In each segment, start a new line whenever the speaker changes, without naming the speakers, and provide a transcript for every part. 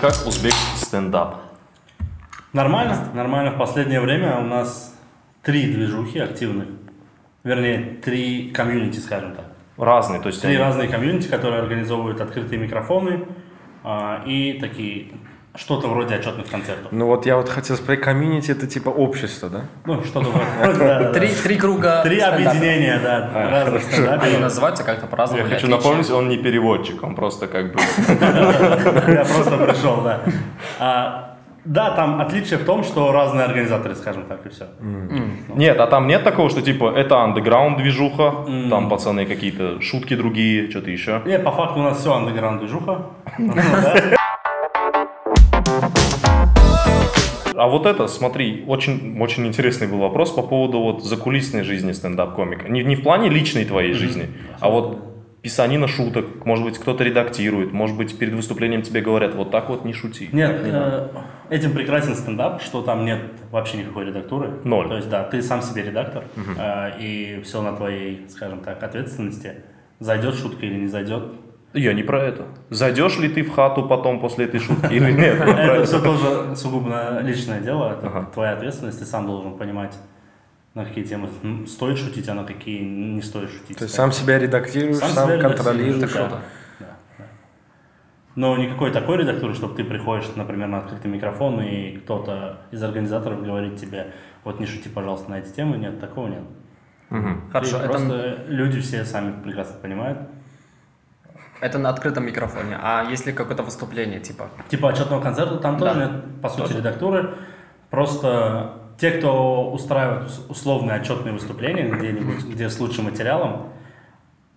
Как узбекский стендап?
Нормально, нормально. В последнее время у нас три движухи активных. Вернее, три комьюнити, скажем так.
Разный, то есть...
Три
они-
разные комьюнити, которые организовывают открытые микрофоны а, и такие что-то вроде отчетных концертов.
Ну вот я вот хотел спросить, комьюнити это типа общество, да?
Ну, что-то вроде. да, да.
Три, три круга
Три
стендапа.
объединения, да, разных
Они
стендаперов.
называются как-то по-разному.
Я
для
хочу
отличия.
напомнить, он не переводчик, он просто как бы...
Я просто пришел, да. А, Да, там отличие в том, что разные организаторы, скажем так, и все.
Нет, а там нет такого, что типа это андеграунд движуха, там пацаны какие-то шутки другие, что-то еще.
Не, по факту у нас Ну, все андеграунд движуха.
А вот это, смотри, очень, очень интересный был вопрос по поводу вот закулисной жизни стендап-комика. Не, не в плане личной твоей жизни, а вот писанина шуток, может быть, кто-то редактирует, может быть, перед выступлением тебе говорят, вот так вот не шути.
Нет, э, этим прекрасен стендап, что там нет вообще никакой редактуры.
Ноль.
То есть, да, ты сам себе редактор, э, и все на твоей, скажем так, ответственности. Зайдет шутка или не зайдет.
Я не про это. Зайдешь ли ты в хату потом после этой шутки или нет? Я про
Это
это.
все тоже сугубо личное дело, это твоя ответственность, ты сам должен понимать, на какие темы м, стоит шутить, а на какие не стоит шутить.
То есть сам себя редактируешь, сам,
себя редактируешь,
контролируешь.
да. Да, да. Но никакой такой редактуры, чтобы ты приходишь, например, на открытый микрофон, и кто-то из организаторов говорит тебе, вот не шути, пожалуйста, на эти темы, нет, такого нет. И
Хорошо, это,
просто люди все сами прекрасно понимают.
это на открытом микрофоне. А если какое-то выступление, типа...
Типа отчетного концерта там
Да.
тоже нет, по сути, редактуры. Просто те, кто устраивает ус- условные отчетные выступления где-нибудь, где с лучшим материалом,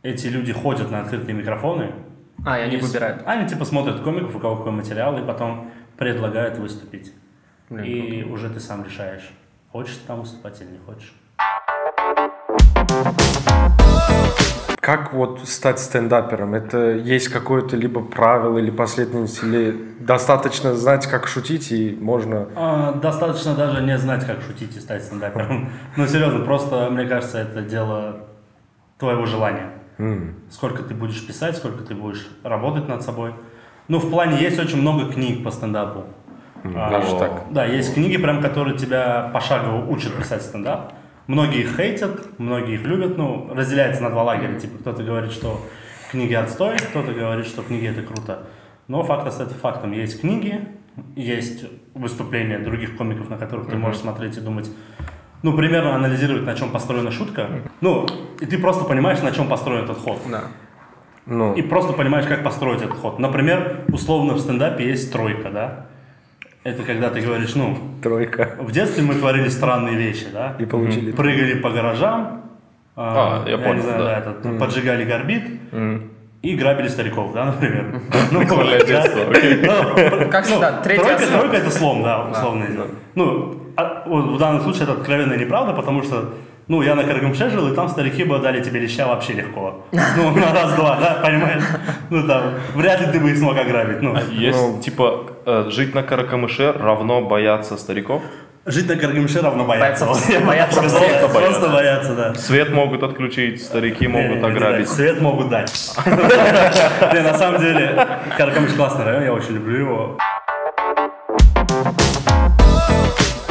эти люди ходят на открытые микрофоны.
А, и они
и с-
выбирают.
Они типа смотрят комиков, у кого какой материал, и потом предлагают выступить.
Блин,
и уже ты сам решаешь, хочешь ты там выступать или не хочешь.
Как вот стать стендапером? Это есть какое-то либо правило или последовательность, или достаточно знать, как шутить, и можно...
А, Достаточно даже не знать, как шутить и стать стендапером. Ну, серьезно, просто, мне кажется, это дело твоего желания. Сколько ты будешь писать, сколько ты будешь работать над собой. Ну, в плане есть очень много книг по стендапу. А,
даже так?
Да, есть книги, прям, которые тебя пошагово учат писать стендап. Многие их хейтят, многие их любят, ну, разделяется на два лагеря. Типа, кто-то говорит, что книги отстой, кто-то говорит, что книги это круто. Но факт остается фактом. Есть книги, есть выступления других комиков, на которых ты можешь смотреть и думать, ну, примерно анализировать, на чем построена шутка. Ну, и ты просто понимаешь, на чем построен этот ход.
Да.
Ну,
И просто понимаешь, как построить этот ход. Например, условно в стендапе есть тройка, да? Это когда ты говоришь, ну,
тройка.
в детстве мы творили странные вещи, да?
И получили.
Прыгали по гаражам.
А, я понял,
не знаю,
да.
это, Поджигали горбит. И грабили стариков, да, например. Ну,
Прикольное
да.
детство,
Ну,
Как всегда,
ну,
третья
тройка,
основа.
тройка это слом, да, условное дело. Ну, а вот в данном случае это откровенная неправда, потому что ну, я на Каргамше жил, и там старики бы дали тебе леща вообще легко. Ну, на раз-два, да, понимаешь? Ну, там, вряд ли ты бы их смог ограбить. Ну,
Есть, типа, э, жить на Каракамыше равно бояться стариков.
жить на Каргамше равно бояться.
Боятся все, боятся
Просто
все.
боятся. Просто боятся, да.
Свет могут отключить, старики могут
Не-не-не,
ограбить.
Свет могут дать. Не, на самом деле, Каркамыч классный район, я очень люблю его.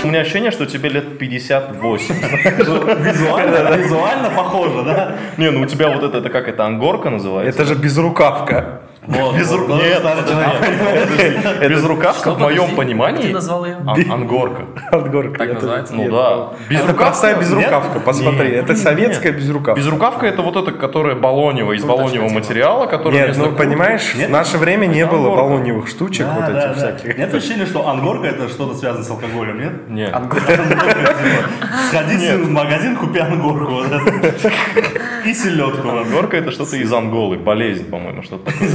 У меня ощущение, что тебе лет 58.
Визуально, визуально похоже, да?
Не, ну у тебя вот это, это как это, ангорка называется?
Это же безрукавка.
Вот,
Без
вот,
рук-
вот
нет,
старый человек.
Это Безрукавка, в моем
Подожди, Как ты
понимании, А,
назвал ее?
ан- ангорка.
Отгорка.
Так
Я тоже-
называется?
Ну
Нет.
да.
Это простая безрукавка, посмотри.
Нет.
Это советская безрукавка.
Безрукавка это вот это, которая балонева, из балоневого материала, который
Ну, Нет,
вместо
ну
куртки.
понимаешь, в
Нет.
наше время не
Это
было
ангорка.
балоневых штучек
Да,
вот
да,
этих
да.
всяких.
Нет ощущения, что ангорка это что-то связано с алкоголем, нет?
Нет.
а-
типа, Сходи в магазин, купи ангорку. вот это. И селедку.
Ангорка это что-то из Анголы, болезнь, по-моему, что-то такое.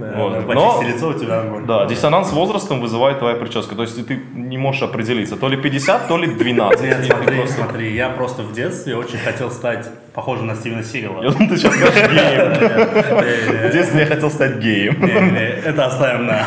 Вот.
Да,
Но,
Почисти лицо у тебя ангорка.
да, диссонанс с возрастом вызывает твоя прическа. То есть ты не можешь определиться, то ли 50, то ли 12.
Нет,
И ты
смотри,
просто-
смотри, я просто в детстве очень хотел стать похожим на Стивена Сигала.
Я думал, ты сейчас скажешь геем. В
Не-не-не.
детстве я хотел стать геем.
Не-не-не, Это оставим на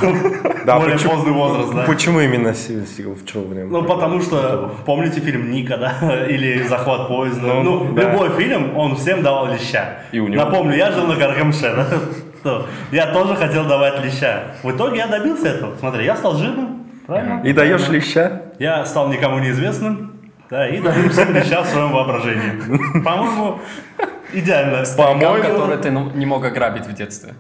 Да,
более
почему-
поздний возраст, да.
Почему именно Стивен Сигал? В чем в нем?
Ну, потому что, помните фильм «Ника», да? Или «Захват поезда». Ну,
да.
любой фильм, он всем давал леща.
И у него-
Напомню, я жил на Каргамше, да? что я тоже хотел давать леща. В итоге я добился этого. Смотри, я стал жирным, правильно?
И даешь леща?
Я стал никому неизвестным, да, и добился леща в своем воображении. По-моему, идеально.
По-моему,
Кам, который ты ну, не мог ограбить в детстве.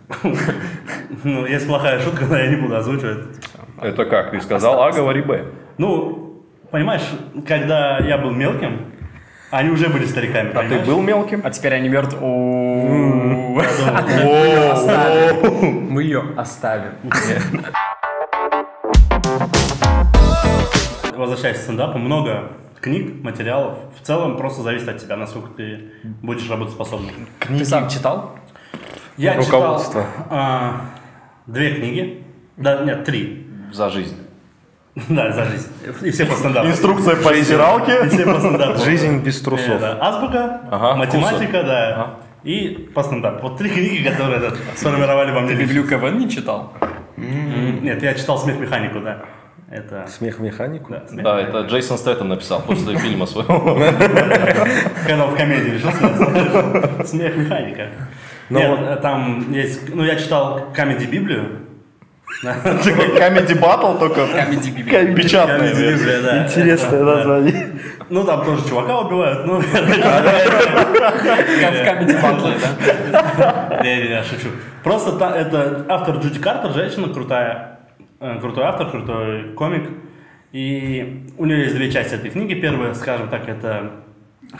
Ну, есть плохая шутка, но я не буду озвучивать.
это как? Ты сказал А, говори Б.
Ну, понимаешь, когда я был мелким, они уже были стариками,
А ты
понимаешь?
был мелким?
А теперь они мертвы. У-у-у. Мы ее оставим.
Возвращаясь к стендапу, много книг, материалов. В целом просто зависит от тебя, насколько ты будешь работоспособным.
Ты сам читал?
Я
Руководство.
читал а, две книги. Да, нет, три.
За жизнь.
Да, за жизнь. И все по стендапу.
Инструкция по
И все
рефералке.
по стендапу.
Жизнь без трусов.
Это азбука,
Ага,
математика, да. И по стендапу. Вот три книги, которые это, сформировали во мне. личность.
Библию КВН не читал?
Нет, я читал «Смех механику», да. Это...
Смех механику.
Да, «Смех
Да, это Джейсон Стэттем написал после фильма своего.
Когда в комедии решил смеяться. Смех механика.
Ну
Нет,
вот-
там есть... Ну, я читал комедий Библию.
Камеди батл только
Камеди Библия.
Comedy Библия, да. Это, да.
название.
Ну, там тоже чувака убивают, ну...
Как в Камеди Батле, да?
Не, не, шучу. Просто та- это автор Джуди Картер, женщина крутая, э, крутой автор, крутой комик. И у нее есть две части этой книги. Первая, скажем так, это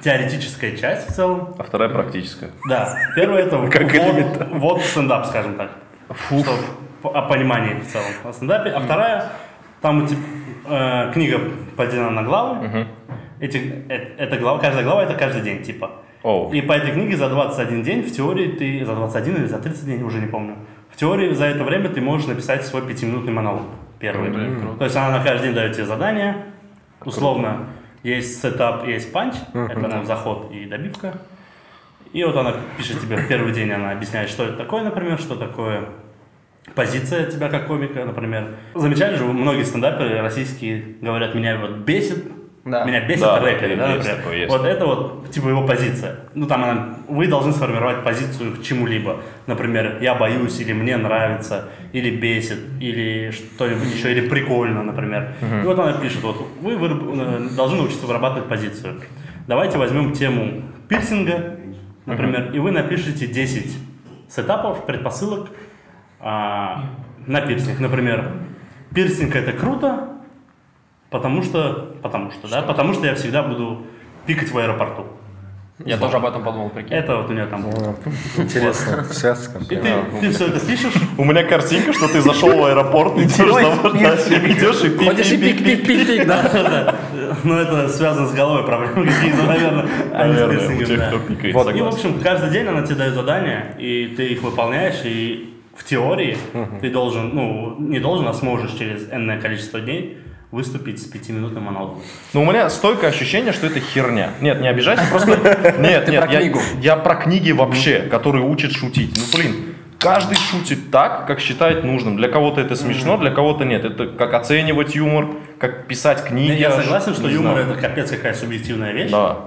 теоретическая часть в целом.
А вторая практическая.
Да, первая это
Как
вот,
элементарно.
вот стендап, скажем так. Что п- о понимании в целом о стендапе. А вторая, там у тебя, э, книга поделена на главы. Эти, э- эта глава, каждая глава это каждый день, типа.
Оу.
И по этой книге за 21 день, в теории ты, за 21 или за 30 дней, уже не помню, в теории за это время ты можешь написать свой пятиминутный монолог первый. То есть она на каждый день дает тебе задание, условно, есть сетап, есть панч, это там заход и добивка. И вот она пишет тебе в первый день, она объясняет, что это такое, например, что такое позиция тебя как комика, например. Замечали же, многие стендаперы российские говорят, меня вот бесит,
Да.
меня бесит
Да,
рэпер, да,
есть
например.
такое, есть
вот это вот, типа, его позиция. Ну, там она, вы должны сформировать позицию к чему-либо. Например, я боюсь, или мне нравится, или бесит, или что-нибудь еще, или прикольно, например. И вот она пишет, вот, вы выраб- э, должны научиться вырабатывать позицию. Давайте возьмем тему пирсинга, например, и вы напишите 10 сетапов, предпосылок а, на пирсинг. Например, пирсинг это круто, потому что, потому что, да, потому что я всегда буду пикать в аэропорту.
Я тоже об этом подумал, прикинь.
Это вот у нее там. было.
А, Интересно, связка.
И ты, ты все это пишешь,
У меня картинка, что ты зашел в аэропорт, идешь идешь и
Ходишь и пик-пик-пик-пик, да?
но это связано с головой проблемы какие-то, наверное, а не с
Наверное, у
пирсингом,
тех,
да.
кто пикает,
Вот.
И, в
согласен.
общем, каждый день она тебе дает задания, и ты их выполняешь, и в теории ты должен, ну, не должен, а сможешь через энное количество дней выступить с пятиминутным монологом.
Но у меня стойкое ощущение, что это херня. Нет, не обижайся, просто... Нет,
Ты
нет,
про
я-
книгу.
я про книги вообще, которые учат шутить. Ну, блин, каждый шутит так, как считает нужным. Для кого-то это смешно, для кого-то нет. Это как оценивать юмор, как писать книги.
Я
ж-
согласен, что
не
юмор
знаю.
это капец какая субъективная вещь,
Да.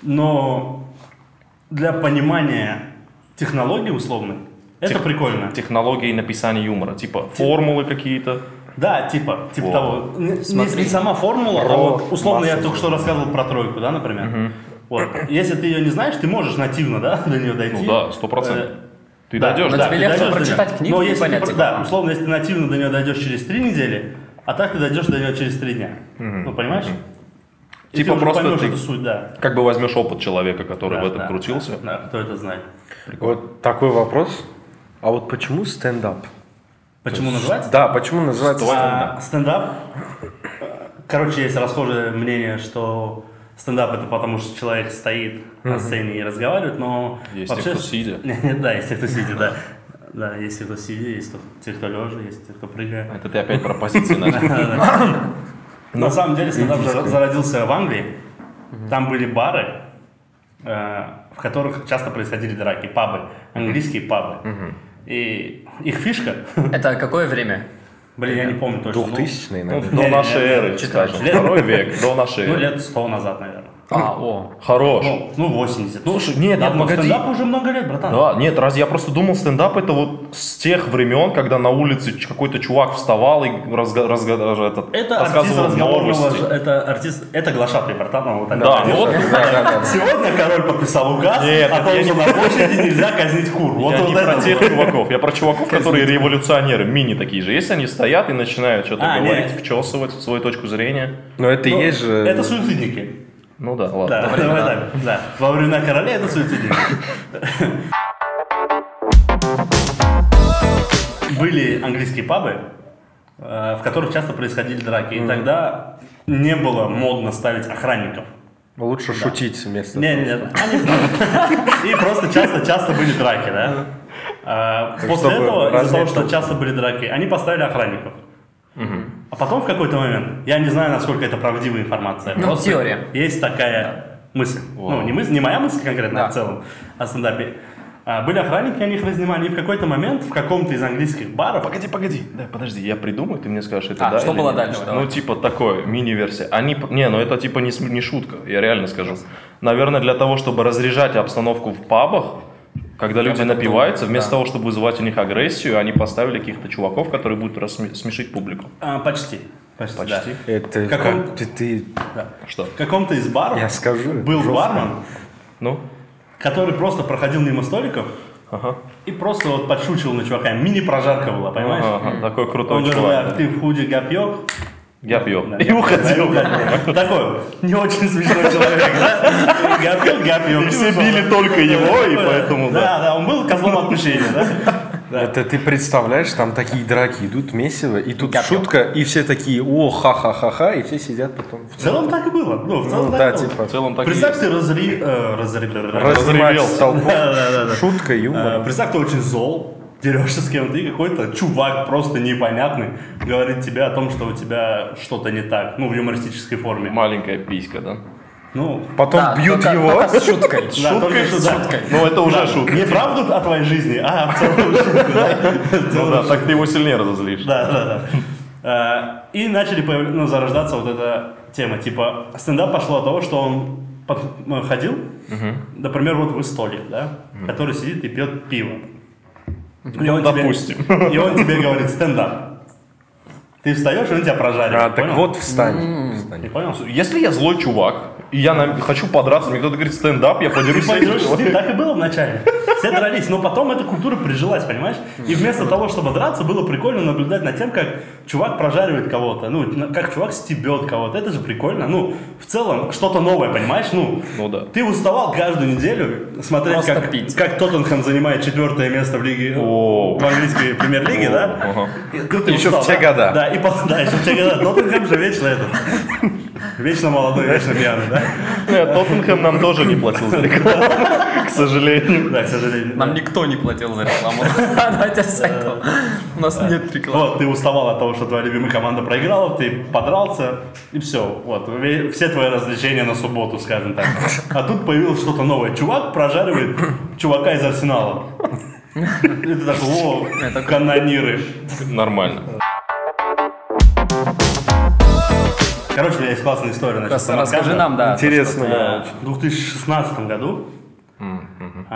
но для понимания технологии условной это
Тех-
прикольно.
Технологии написания юмора, типа формулы какие-то.
Да, типа, типа
Вот.
того. Не,
Смотри.
не сама формула, а
Про
вот условно я
массу.
только что рассказывал про тройку, да, например. Вот. Если ты ее не знаешь, ты можешь нативно, да, до нее
Ну
дойти.
да, сто процентов.
Э,
Ты
да,
дойдешь,
но
да.
ты
тебе легче
дойдешь до
прочитать
неё.
книгу
Но
и
если ты
понять
про-
её.
Да, условно, если ты нативно до нее дойдешь через три недели, а так ты дойдешь до нее через три дня. Ну, понимаешь? И
Типа
ты уже
просто
поймешь
ты-
эту суть, да.
Как бы возьмешь опыт человека, который
Да,
в этом
да,
крутился.
Да, кто это знает.
Вот такой вопрос. А вот почему стендап?
Почему называется?
Да, почему называется
А, стендап. э, Короче, есть расхожее мнение, что стендап это потому, что человек стоит на сцене и разговаривает, но
Есть те,
вообще...
кто сидя.
Да, есть те, кто сидит, да. Да, есть те, кто сидит, есть кто- те, кто лежа, есть те, кто прыгает.
Это ты опять про позиции начал.
На самом деле стендап зар- зародился в Англии. Там были бары, э, в которых часто происходили драки, пабы, английские пабы. И их фишка,
Это какое время?
блин, я не помню точно. ну,
2000
Ну,
наверное?
До нашей эры,
Читаешь.
скажем. Второй век, до нашей
Ну,
эры.
лет сто назад, наверное.
А, о.
Хорош.
Ну, ну, 80. Ну,
Слушай, нет,
я
нет,
думаю,
погоди.
стендапу уже много лет, братан.
Да, нет, раз я просто думал, стендап это вот с тех времен, когда на улице ч- какой-то чувак вставал и разга- разга- этот,
Это артист
рассказывал
разговорного,
новости.
ж- это артист, это глашатый, братан, он вот так
Да,
говорит.
ну вот,
Сегодня король подписал указ
Нет,
о
это
том,
я
что
не-
на площади нельзя казнить кур. Вот
я
вот
не
это
про
вот.
тех чуваков, я про чуваков, которые революционеры, мини такие же. Если они стоят и начинают что-то
А,
говорить,
нет.
вчесывать свою точку зрения,
Но это и
Ну,
есть же...
Это суицидники.
ну да, ладно.
Да, давай так. Да. Во времена короля это суицидники. Были английские пабы, э, в которых часто происходили драки. И тогда не было модно ставить охранников.
Лучше шутить вместо
Не, не, нет. Они знают. И просто часто-часто были драки, да? А, После
чтобы
этого, из-за
разные
того, что
штуки.
часто были драки, они поставили охранников. А потом в какой-то момент, я не знаю, насколько это правдивая информация,
Ну,
просто
теория.
есть такая мысль. Ну, не мысль, не моя мысль конкретно, а
Да.
в целом о стендапе. А, Были охранники, они их разнимали, и в какой-то момент в каком-то из английских баров...
Погоди, погоди, да, подожди, я придумаю, ты мне скажешь, это
А,
да
что
или
было
нет.
дальше? Давай.
Ну, типа такое, мини-версия. Они, п- не, ну это типа не, см- не шутка, я реально скажу. Наверное, для того, чтобы разряжать обстановку в пабах, когда люди
так и
напиваются,
думал,
вместо
да.
того, чтобы вызывать у них агрессию, они поставили каких-то чуваков, которые будут рассме- смешить публику.
А, Почти. Почти, да.
Почти.
Это
Каком-
как ты, ты-
Да.
Что?
В каком-то из баров
Я скажу. это
был
жестко.
бармен,
Ну?
который просто проходил мимо столиков,
Ага.
И просто вот подшучивал на чувака. Мини-прожарка была, понимаешь?
Ага, такой крутой
Он говорил,
чувак.
«Ах, ты в худе гопьёк.
Я пью.
Да,
И уходил.
да. Такой, не очень смешной человек, да? Гопьёк, гопьёк.
И все били только его, и поэтому, да.
Да, да, он был козлом отпущения, да? Да.
Это ты представляешь, там такие драки идут, месиво, и тут
Гап-гап.
шутка, и все такие, о, ха-ха-ха-ха, и все сидят потом.
В целом так и было. Ну, в целом
Ну,
так
да,
и было.
типа,
В целом так и
Представь,
есть.
ты разри... э, разри- разри-
разнимать
разревелся.
толпу.
Да-да-да-да.
Шутка,
Э,
юмор.
Представь, ты очень зол, дерешься с кем-то, и какой-то чувак просто непонятный говорит тебе о том, что у тебя что-то не так, ну, в юмористической форме.
Маленькая писька, да?
Ну,
Потом
Да,
бьют
только-
его.
только с шуткой.
Да, только что, да.
Ну, это уже шутка.
Не правду о твоей жизни, а в целом шутку, да? В
Ну
целом
да,
шутку.
так ты его сильнее разозлишь.
Да, да, да. Э, И начали появ- ну, зарождаться вот эта тема. Типа, стендап пошло от того, что он под- ну, ходил, например, вот вы столик, да, который сидит и пьет пиво.
Ну,
И он тебе-
допустим.
И он тебе говорит стендап. Ты встаешь, и он тебя прожарит.
А, так
понял?
вот встань.
Не понял?
Если я злой чувак, и я на- хочу подраться, мне кто-то говорит стендап, я
Ты
подерусь с этим
пойдешь,
человеком.
ты- так и было вначале. Все дрались, но потом эта культура прижилась, понимаешь? И вместо того, чтобы драться, было прикольно наблюдать над тем, как чувак прожаривает кого-то, ну, на- как чувак стебет кого-то. Это же прикольно. Ну, в целом, что-то новое, понимаешь? Ну,
Ну да.
ты уставал каждую неделю смотреть,
Просто
как,
пить.
как Тоттенхэм занимает четвертое место в лиге,
О.
в английской премьер-лиге, да?
Ага.
И тут ты
Еще
устал,
в те
да?
года.
Да, и по- да, еще в те года. Тоттенхэм же вечно этот. Вечно молодой, вечно пьяный, да?
Нет, Ну, Тоттенхэм нам тоже не платил за рекламу, к сожалению.
Да, к сожалению. да.
Нам никто не платил за рекламу. Давайте с этого. У нас нет рекламы.
Вот, ты уставал от того, что твоя любимая команда проиграла, ты подрался, и все. Вот, ве- все твои развлечения на субботу, скажем так. А тут появилось что-то новое. Чувак прожаривает чувака из Арсенала. И ты такой, о, канониры.
Нормально.
Короче, у меня есть классная история. насчет
Рас- Расскажи
самоката.
нам, да.
Интересно. да.
Э, В 2016 году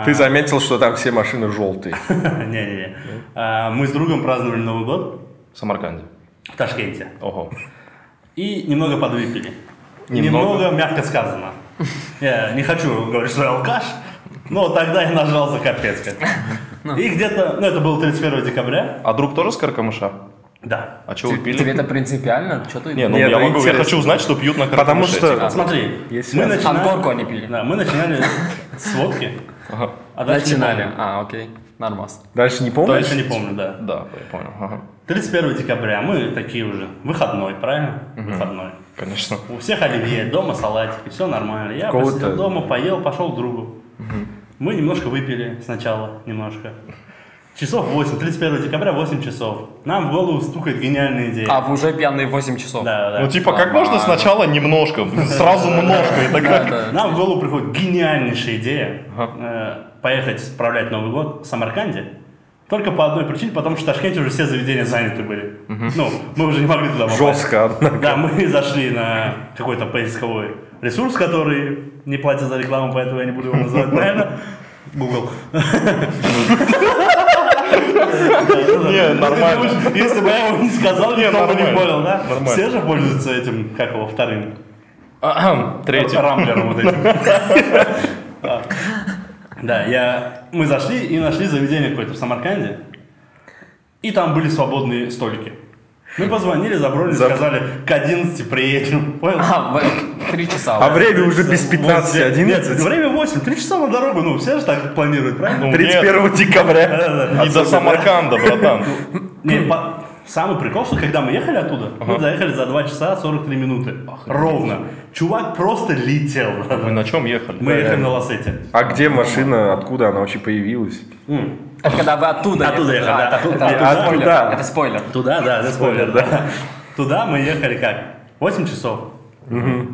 Ты заметил, что там все машины желтые.
Не-не-не. А, Мы с другом праздновали Новый год
В Самарканде.
в Ташкенте.
Ого.
И немного подвыпили.
Немного?
Немного, мягко сказано. Я не хочу говорить, что я алкаш, но тогда я нажался капец как. И где-то, ну это было 31 декабря,
А друг тоже с Каркамыша?
да.
А чего
Тебе
вы
тебе
пили?
Типа, это принципиально? Что ты?
Не, ну
Не,
я
это
могу, я
интересно.
хочу узнать, что пьют на Каркамыше.
Потому что-
типа.
Смотри,
Есть
мы
связь.
начинали...
Ангорку они пили.
Да, мы начинали с водки,
Ага.
а дальше не
Начинали.
помню.
А, окей. Нормас.
Дальше не помнишь?
Дальше не помню, да.
Да, я понял. Ага.
31 декабря, мы такие уже, выходной, правильно? Выходной.
Конечно.
У всех оливье, дома салатики, все нормально. Я
Кого-то-
посидел дома, поел, пошел к другу. Мы немножко выпили сначала, немножко. Часов 8, 31 декабря 8 часов. Нам в голову стукает гениальная идея.
А, вы уже пьяные 8 часов.
Да, да.
Ну типа, как
Нормально.
можно сначала немножко, сразу множко, это
Да,
как?
да.
Нам в голову приходит гениальнейшая идея э, поехать справлять Новый год в Самарканде. Только по одной причине, потому что в Ташкенте уже все заведения заняты были. Ну, мы уже не могли туда попасть.
Жестко, однако.
Да, мы зашли на какой-то поисковой ресурс, который не платит за рекламу, поэтому я не буду его называть, правильно? Google.
Не, нормально.
Если бы я его не сказал,
Не,
никто бы не
нормально.
понял, да?
Нормально.
Все же пользуются этим, как его, вторым
Ахам, Третий.
рамблером вот этим. Да. Да, я... Мы зашли и нашли заведение какое-то в Самарканде. И там были свободные столики. Мы позвонили, забрали,
Зап-
сказали, к 11 приедем. Понял?
А, в- три часа.
А время уже без
Восемь.
15,
Нет,
11.
время 8, 3 часа на дорогу, ну все же так планируют, правильно?
Ну,
31 декабря.
Да-да-да.
И до Самарканда, братан.
Не, по- Самый прикол, что когда мы ехали оттуда, мы заехали за 2 часа 43 минуты. Ровно. Чувак просто летел.
Вы на чем ехали?
Мы ехали на лосете.
А где машина, откуда она вообще появилась?
Это когда вы оттуда.
Оттуда
ехали.
ехали, да.
А, это-
Оттуда,
это
оттуда.
спойлер. Это спойлер.
Туда, да, это спойлер, да. Туда мы ехали как? 8 часов.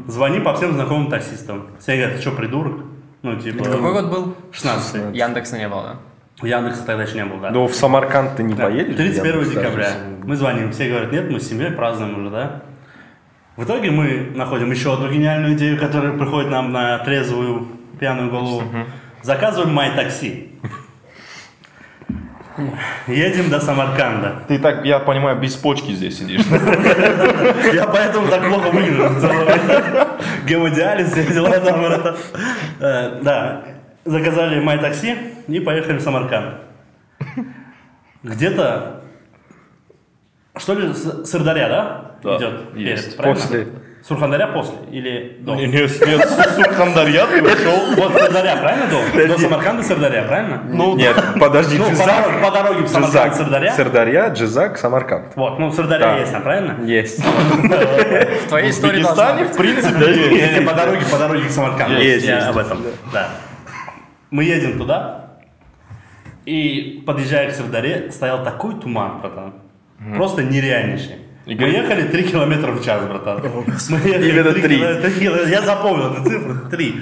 Звони по всем знакомым таксистам. Все говорят, ты что, придурок? Ну, типа...
Какой год был?
16
Яндекса не было,
Яндекса тогда еще не было, да.
Ну, в Самарканд ты не поедешь?
31
Яндекс, да,
декабря.
то есть,
Мы звоним, все говорят, нет, мы с семьей празднуем уже, да? В итоге мы находим еще одну гениальную идею, которая приходит нам на трезвую пьяную голову. Заказываем май такси. Едем до Самарканда.
Ты так, я понимаю, без почки здесь сидишь.
Я поэтому так плохо выгляжу в целом. Гемодиализ, все дела там. это. Э, Да, заказали май такси и поехали в Самарканд. Где-то, что ли, с Сырдаря, да?
Да,
Идет
есть.
перед, правильно?
После.
Сурхандаря после или до?
Нет, нет, Сурхандарья пришел.
Вот Сырдаря, правильно, до? До Самарканда Сырдаря, правильно? Ну,
Нет, подожди,
ну, по
Джизак.
дороге- по дороге в Самарканд
Джизак.
Сырдаря.
Сырдарья, Джизак, Самарканд.
Вот, ну Сырдаря
Да.
есть там, правильно?
Есть.
да? В твоей
В
истории должна
Узбекистане,
быть.
в принципе,
Не, не, по дороге, по дороге к Самарканду.
Есть,
Я
есть.
об этом. Да. Мы едем туда, и подъезжая к Сырдаре, стоял такой туман, братан. Просто нереальнейший.
И
Мы
говорит-
ехали 3 километра в час, братан. Мы ехали
Именно три.
кило- три кило- Я запомнил эту цифру. 3.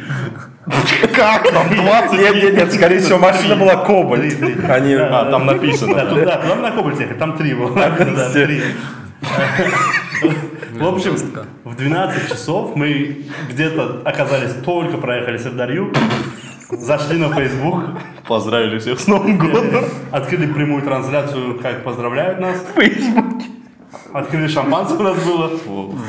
Как там 20?
Нет, нет, нет, скорее всего, машина была Кобальт. Они...
А, там
Да,
написано.
тут- да, туда мы на Кобальте ехали, там 3 было. Да, три. В общем,
жестко.
в 12 часов мы где-то оказались, только проехали Сырдарью, зашли на Facebook,
Поздравили всех с Новым годом.
Открыли прямую трансляцию, как поздравляют нас. В Открыли шампанское у нас было.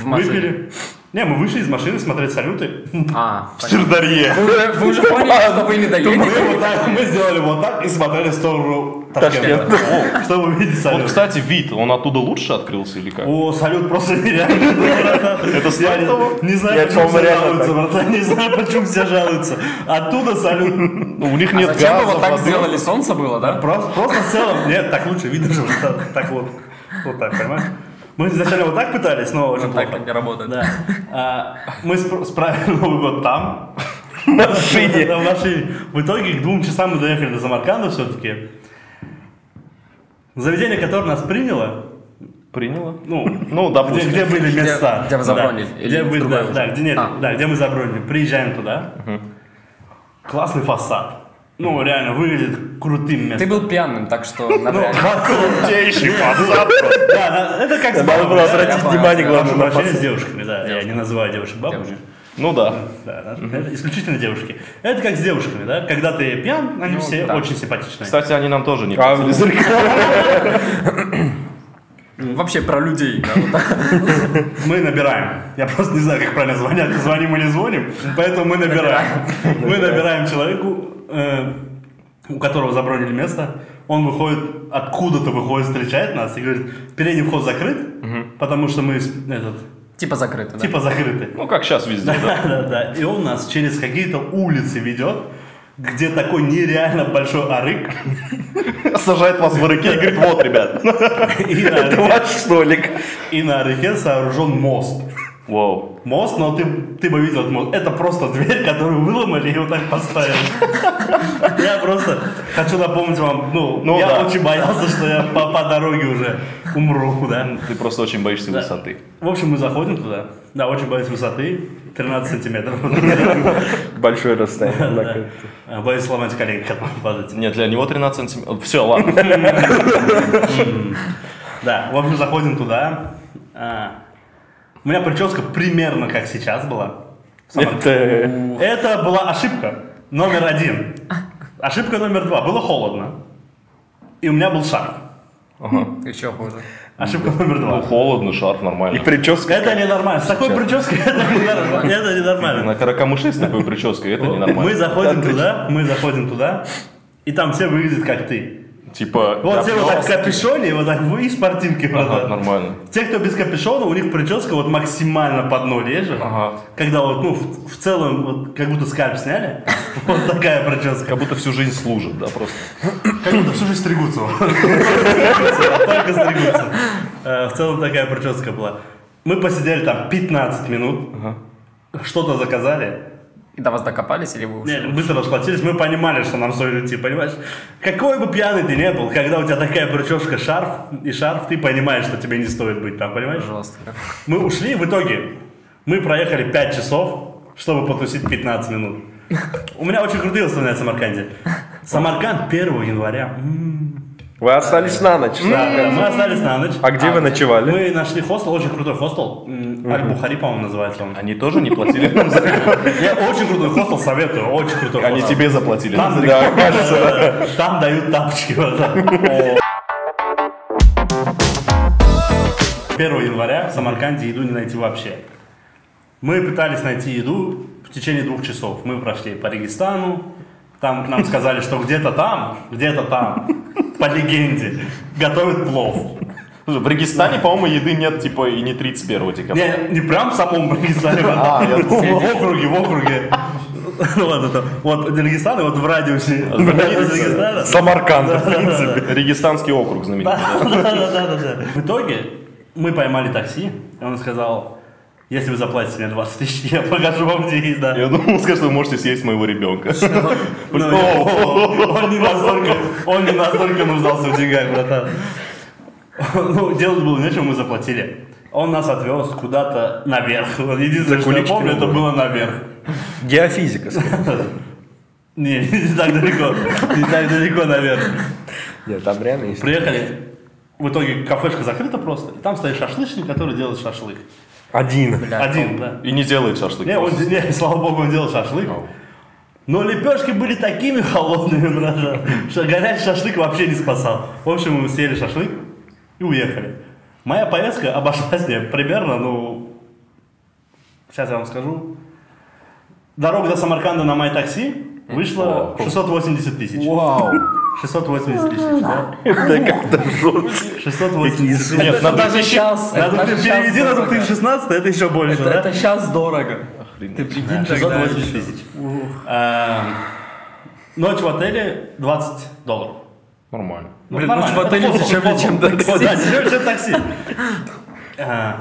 машине.
Выпили. Не, мы вышли из машины смотреть салюты.
А,
В Сырдарье.
понятно. Вы уже- Вы уже поняли, что вы не
Мы,
доедете?
вот так, мы сделали вот так и смотрели в сторону Ташкента. О, Чтобы увидеть салют.
Вот, кстати, вид, он оттуда лучше открылся или как?
О, салют просто нереально. Это
стоит того?
Не
Я,
знаю, почему
по-моему,
все
реально
жалуются, братан. Не знаю, почему все жалуются. Оттуда салют
Ну, У них
А
нет
зачем вы вот
газа,
так
воды.
сделали? Солнце было, да?
Просто, просто в целом, нет, так лучше, видно же, вот так- так вот, вот так, понимаешь? Мы изначально вот так пытались, но очень
так
плохо.
не работает.
Да. А, мы спр- справили Новый год там.
На машине.
Да, в машине. В итоге к двум часам мы доехали до Самарканда все-таки. Заведение, которое нас приняло,
Приняло?
ну,
Ну,
где,
допустим.
где были места.
где вы забронили?
Да,
Или
где, были,
другое
да,
уже?
да, где, нет,
А.
да, где мы забронили. Приезжаем туда. Классный фасад. Ну, реально, выглядит крутым местом.
Ты был пьяным, так что
Ну,
навряд ли.
Крутейший фасад.
Да, да, это как с
Надо
бабами.
было
да,
обратить
я
внимание,
понял.
главное, на
Вообще
фасад.
с девушками, да. Я не называю девушек бабами.
Девушки.
Ну да.
Да, да, это исключительно девушки. Это как с девушками, да? Когда ты пьян, они все
Ну да.
очень симпатичные.
Кстати, они нам тоже не
А,
понравились.
Вообще про людей. да, вот так.
Мы набираем. Я просто не знаю, как правильно звонят. Звоним или звоним, поэтому мы набираем. Мы набираем человеку, э, у которого забронили место. Он выходит, откуда-то выходит, встречает нас и говорит, передний вход закрыт, потому что мы с- этот,
Типа закрыто, да?
типа закрыты.
Ну, как сейчас везде, да.
Да, да, да. И он нас через какие-то улицы ведет, где такой нереально большой арык.
Сажает вас в рыке и говорит, вот, ребят.
И на,
Это
арыке-
ваш столик.
и на арыке сооружен мост.
Вау.
Мост, но ты, ты бы видел этот мост. Это просто дверь, которую выломали и вот так поставили. Я просто хочу напомнить вам, ну,
Ну
я
да.
очень боялся, что я по, по дороге уже умру, да.
Ты просто очень боишься
Да.
высоты.
В общем, мы заходим туда. Да, очень боюсь высоты. 13 сантиметров.
Большое расстояние. однако.
Да. А, Боюсь сломать колени, когда буду падать.
Нет, для него 13 сантиметров. Все, ладно.
Да, в общем, заходим туда. А, У меня прическа примерно как сейчас была.
Это...
Это была ошибка номер один. Ошибка номер два. Было холодно. И у меня был шарф.
Ага.
Еще хуже.
Ошибка номер
Ну,
два.
холодно, шарф
И
нормально.
прическа.
Это ненормально. С такой прической это ненормально. Это ненормально.
На каракамыше с такой прической, это ненормально.
Ну, Мы заходим туда, мы заходим туда, и там все выглядят как ты.
Типа,
Вот
да,
все вот так в
пожалуйста.
капюшоне, вот так вы и с спортивки,
Ага,
правда.
нормально.
Те, кто без капюшона, у них прическа вот максимально под ноль реже.
Ага.
Когда вот, ну, в, в целом, вот, как будто скальп сняли. Вот такая прическа.
Как будто всю жизнь служит, да, просто.
Как будто всю жизнь стригутся. а Только стригутся. Э, В целом такая прическа была. Мы посидели там 15 минут,
Ага.
что-то заказали.
И до вас докопались или вы
Не,
ушли?
быстро расплатились, мы понимали, что нам стоит идти, понимаешь? Какой бы пьяный ты не был, когда у тебя такая прическа, шарф и шарф, ты понимаешь, что тебе не стоит быть там, понимаешь?
Жестко.
Мы ушли, в итоге мы проехали 5 часов, чтобы потусить 15 минут. У меня очень крутые воспоминания о Самарканде. Самарканд 1 января. М.
Вы остались на ночь.
Да, мы остались на ночь.
А где
А,
вы
где?
ночевали?
Мы нашли хостел, очень крутой хостел. М, Аль-Бухари, по-моему, называется он.
Они тоже не платили нам за
Я очень крутой хостел советую, очень крутой
Они
хостел.
тебе заплатили.
Там,
Да.
да, там дают тапочки. братан. 1 января в Самарканде еду не найти вообще. Мы пытались найти еду в течение двух часов. Мы прошли по Регистану, там к нам сказали, что где-то там, где-то там, по легенде, готовят плов.
Слушай, В Регистане, по-моему, еды нет, типа, и не 31 декабря.
А Не, не прям в самом Регистане,
А, я
ну, в округе, в округе. Ну, Вот это, вот Регистан, и вот в радиусе. в радиусе Дагестана.
Самарканд.
Да, да, да.
Регистанский округ знаменитый.
Да-да-да-да-да. В итоге мы поймали такси, и он сказал, если вы заплатите мне 20 тысяч, я покажу вам, где еда.
Я думал, скажешь, что вы можете съесть моего ребенка.
Ну, я- Он не настолько, он не настолько нуждался в деньгах, братан. Ну, делать было нечего, мы заплатили. Он нас отвез куда-то наверх. Вот Единственное, что я
куличный
помню, это
угол.
было наверх.
Геофизика. скорее.
Не, не так далеко. Не так далеко наверх.
Нет, там реально есть.
Приехали. В итоге кафешка закрыта просто. И там стоит шашлычник, который делает шашлык.
Один.
Да.
Один, да.
И не делает шашлык.
Не, он, не, слава богу, он делал шашлык. Но лепешки были такими холодными, братан, что горячий шашлык вообще не спасал. В общем, мы съели шашлык и уехали. Моя поездка обошлась мне примерно, ну... Сейчас я вам скажу. Дорога до Самарканда на май такси вышла 680 тысяч.
Вау.
680 тысяч, да?
Это как-то жестко.
680 тысяч.
Нет,
Это
на
даже
2000
сейчас.
На
это даже
2000 Переведи
щас
на
дорого.
2016, это еще больше,
Это,
да?
это сейчас дорого. Ты прикинь, тогда
680
ещё.
тысяч. А, Ночь в отеле 20 долларов.
Нормально.
Блин,
нормально,
ночь в
это
отеле
плохо,
дешевле,
плохо.
чем такси.
Вот, Да, дешевле, чем такси. А,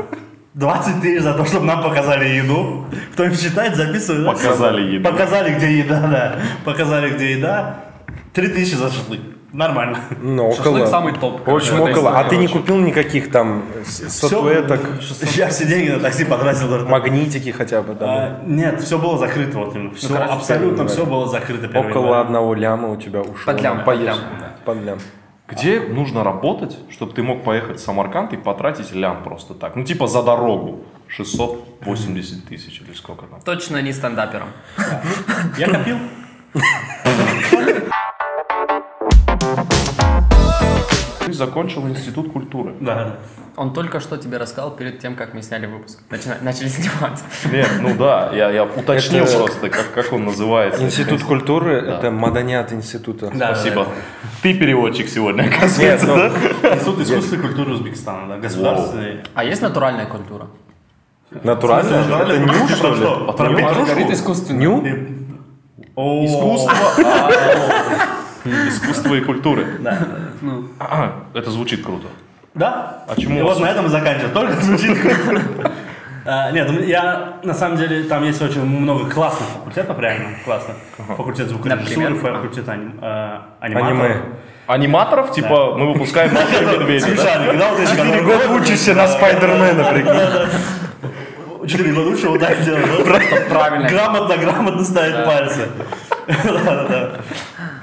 20 тысяч за то, чтобы нам показали еду. Кто им считает, записывает. да?
Показали еду.
Показали, где еда, да. Показали, где еда. 3 тысячи за шашлык. Нормально.
Ну,
Шашлык
около.
самый топ,
В общем,
короче, в этой
около. А
истории
ты не
очень.
купил никаких там э, с- статуэток,
Я все деньги на такси потратил. братан.
магнитики хотя бы там?
А, нет, все было закрыто вот именно. Все,
короче,
абсолютно
первый
все
января.
было закрыто. первый
Около
января.
одного ляма у тебя ушло.
Под лям,
на
под
поездку.
лям, да.
Под лям.
Где нужно работать, чтобы ты мог поехать в Самарканд и потратить лям просто так? Ну, типа за дорогу. 680 тысяч или сколько там.
Точно не стендапером.
Я копил.
Ты закончил институт культуры.
Да.
Он только что тебе рассказал перед тем, как мы сняли выпуск. Начина- Начали снимать.
Нет, ну да, я, я уточнил
Это-
просто, как, как он называется.
Институт культуры – это маданят института.
Да,
Спасибо. Ты переводчик сегодня,
Нет,
оказывается,
ну,
да?
Институт искусства и культуры Узбекистана, да, государственный.
А есть натуральная культура?
натурально же.
Натуральная
Это
культура,
нюш,
ты
что
про Ну
ли?
что? Про
Нюш?
Говорит
петрушку?
искусственно.
Ню?
О,
Искусство. Искусство и культуры.
Да.
А, Это звучит круто.
Да?
А чему
И
у вас-
вот на этом заканчиваем. Только звучит. А, Нет, я на самом деле там есть очень много классных факультетов, реально классных. Факультет звукорежиссуры,
Например?
факультет аним- э,
Аниме.
аниматоров.
Аниматоров, типа, мы выпускаем наши медведя, да?
Смешарик,
А
да, вот эти, которые-
год учишься на Спайдермена, прикинь.
Четыре года лучше вот так делать. да?
Правильно.
Грамотно, грамотно ставит пальцы. Да, да, да.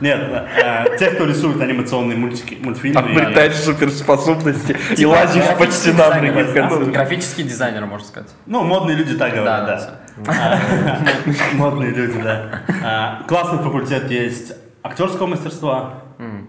Нет, э, те, кто рисует анимационные мультики,
А
А,
мультфильмы.
Обретаешь суперспособности и лазишь по стенам, прикинь, в конце.
Типа Графический дизайнер, можно сказать.
Ну, модные люди так говорят,
Да,
да. А, Модные люди, да. А, Классный факультет есть актерского мастерства.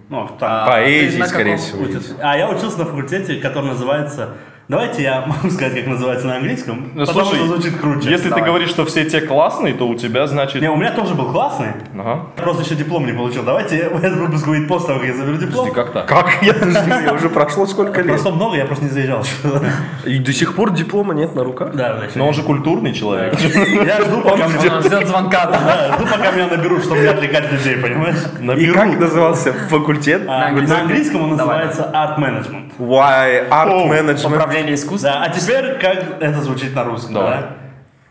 Ну, там.
ты
Поэзии,
на
скорее
каком
всего. есть.
А я учился на факультете, который называется... Давайте я могу сказать, как называется на английском,
Ну,
потому
слушай,
что звучит круче.
Если ты
Давай.
говоришь, что все те классные, то у тебя, значит...
Не, у меня тоже был классный,
Ага.
я просто еще диплом не получил. Давайте этот выпуск будет после того, как я заберу диплом.
Подожди, как так?
Как? Я даже не знаю, уже прошло сколько лет.
Просто много, я просто не заезжал.
И до сих пор диплома нет на руках.
Да, да,
Но Ну, он же культурный человек.
Я жду, пока
Он
меня-
ждет звонка, да.
Да, жду, пока меня наберут, чтобы не отвлекать людей, понимаешь?
И как назывался факультет?
А,
На
На английском он
Давай.
называется Art Management.
Why Art
О,
Management.
Управление искусством.
Да, а теперь как это звучит на русском,
Давай.
да?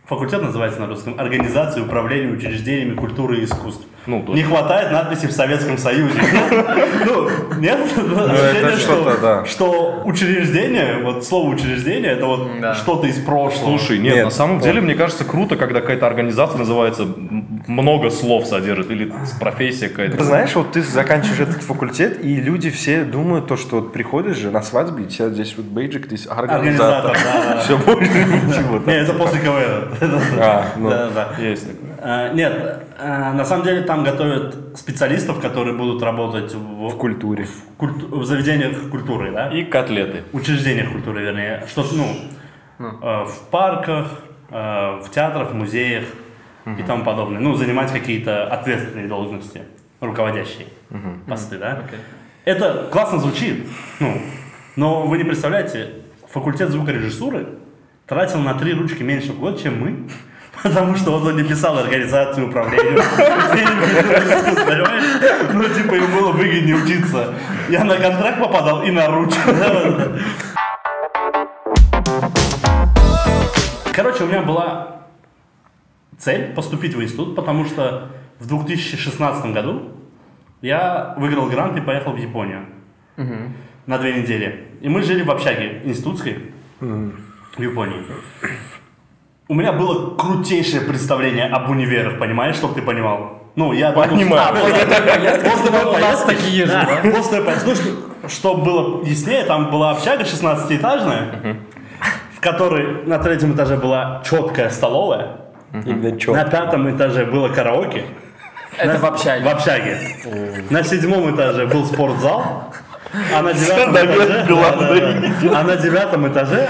Факультет называется на русском «Организация управления учреждениями культуры и искусств».
Ну, да.
Не хватает надписи в Советском Союзе. Ну, нет? Ощущение,
это что-то, да.
Что учреждение, вот слово «учреждение» — это
Да.
вот что-то из прошлого.
Слушай, нет,
Нет,
на самом
он-
деле, мне кажется, круто, когда какая-то организация называется м- много слов содержит, или с- профессия
Ты
какая-то.
знаешь, вот ты заканчиваешь этот факультет, и люди все думают, то, что вот приходишь же на свадьбе, и тебя здесь вот бейджик, ты
Организатор,
организатор.
да.
Все, больше ничего.
Не, это после КВН.
А, ну.
Да, да.
Есть такое.
А, Нет, а, на самом деле там готовят специалистов, которые будут работать в,
В культуре.
культу- в заведениях культуры, да?
И котлеты.
учреждениях культуры, вернее, что ну, э, в парках, э, в театрах, музеях и тому подобное. Ну, занимать какие-то ответственные должности, руководящие посты, да? Это классно звучит, ну, но вы не представляете, факультет звукорежиссуры тратил на три ручки меньше в год, чем мы, потому что вот он не писал организацию управления. Понимаешь? Ну, типа, им было выгоднее учиться. Я на контракт попадал и на ручку. Короче, у меня была цель поступить в институт, потому что в 2016 году я выиграл грант и поехал в Японию на две недели. И мы жили в общаге институтской в Японии. У меня было крутейшее представление об универах, понимаешь, чтобы ты понимал? Ну, я...
Понимаю.
Да, после той
э,
поездки- после той
У нас
поездки-
такие же, да.
да, после поезд- Ну, что- что было яснее, там была общага 16-этажная, в которой на третьем этаже была четкая столовая,
Именно
на
чё.
пятом этаже было караоке,
Это в
в
общаге.
общаге. На седьмом этаже был спортзал, а на девятом этаже, Да-да-да. а на девятом этаже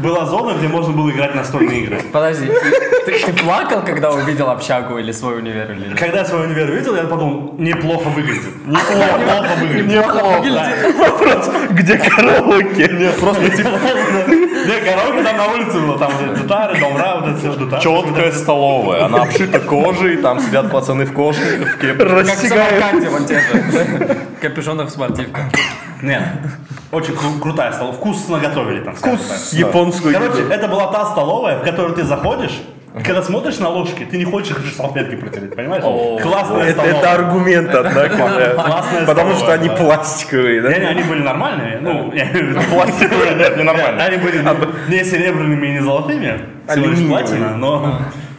была зона, где можно было играть настольные игры.
Подожди, ты- ты ты плакал, когда увидел общагу или свой универ? или-
Когда я свой универ увидел, я подумал, неплохо выглядит. Неплохо, плохо выглядит.
выглядит.
Где караоке?
Просто типа... Не, караоке там на улице было, там вот эти гитары, домра, вот это все, гитары.
Четкая столовая. Она обшита кожей, там сидят пацаны в коже, в кепке.
Как в самокате вон те же. Капюшонах спортивка.
Нет, очень кру- крутая столовая, вкусно готовили там. Вкус.
Японскую
Короче, это была та столовая, в которую ты заходишь, и когда смотришь на ложки, ты не хочешь их салфетки протереть, понимаешь? Классная
Это, это
столовая.
аргумент, однако.
Классная
да. Потому что
столовая,
они
да.
пластиковые,
Не, не,
да?
они были нормальные, ну, я имею в виду,
Пластиковые, нет, ненормально.
Они были А не- не серебряными и не золотыми, всего лишь
Алюминиевые.
платина, но...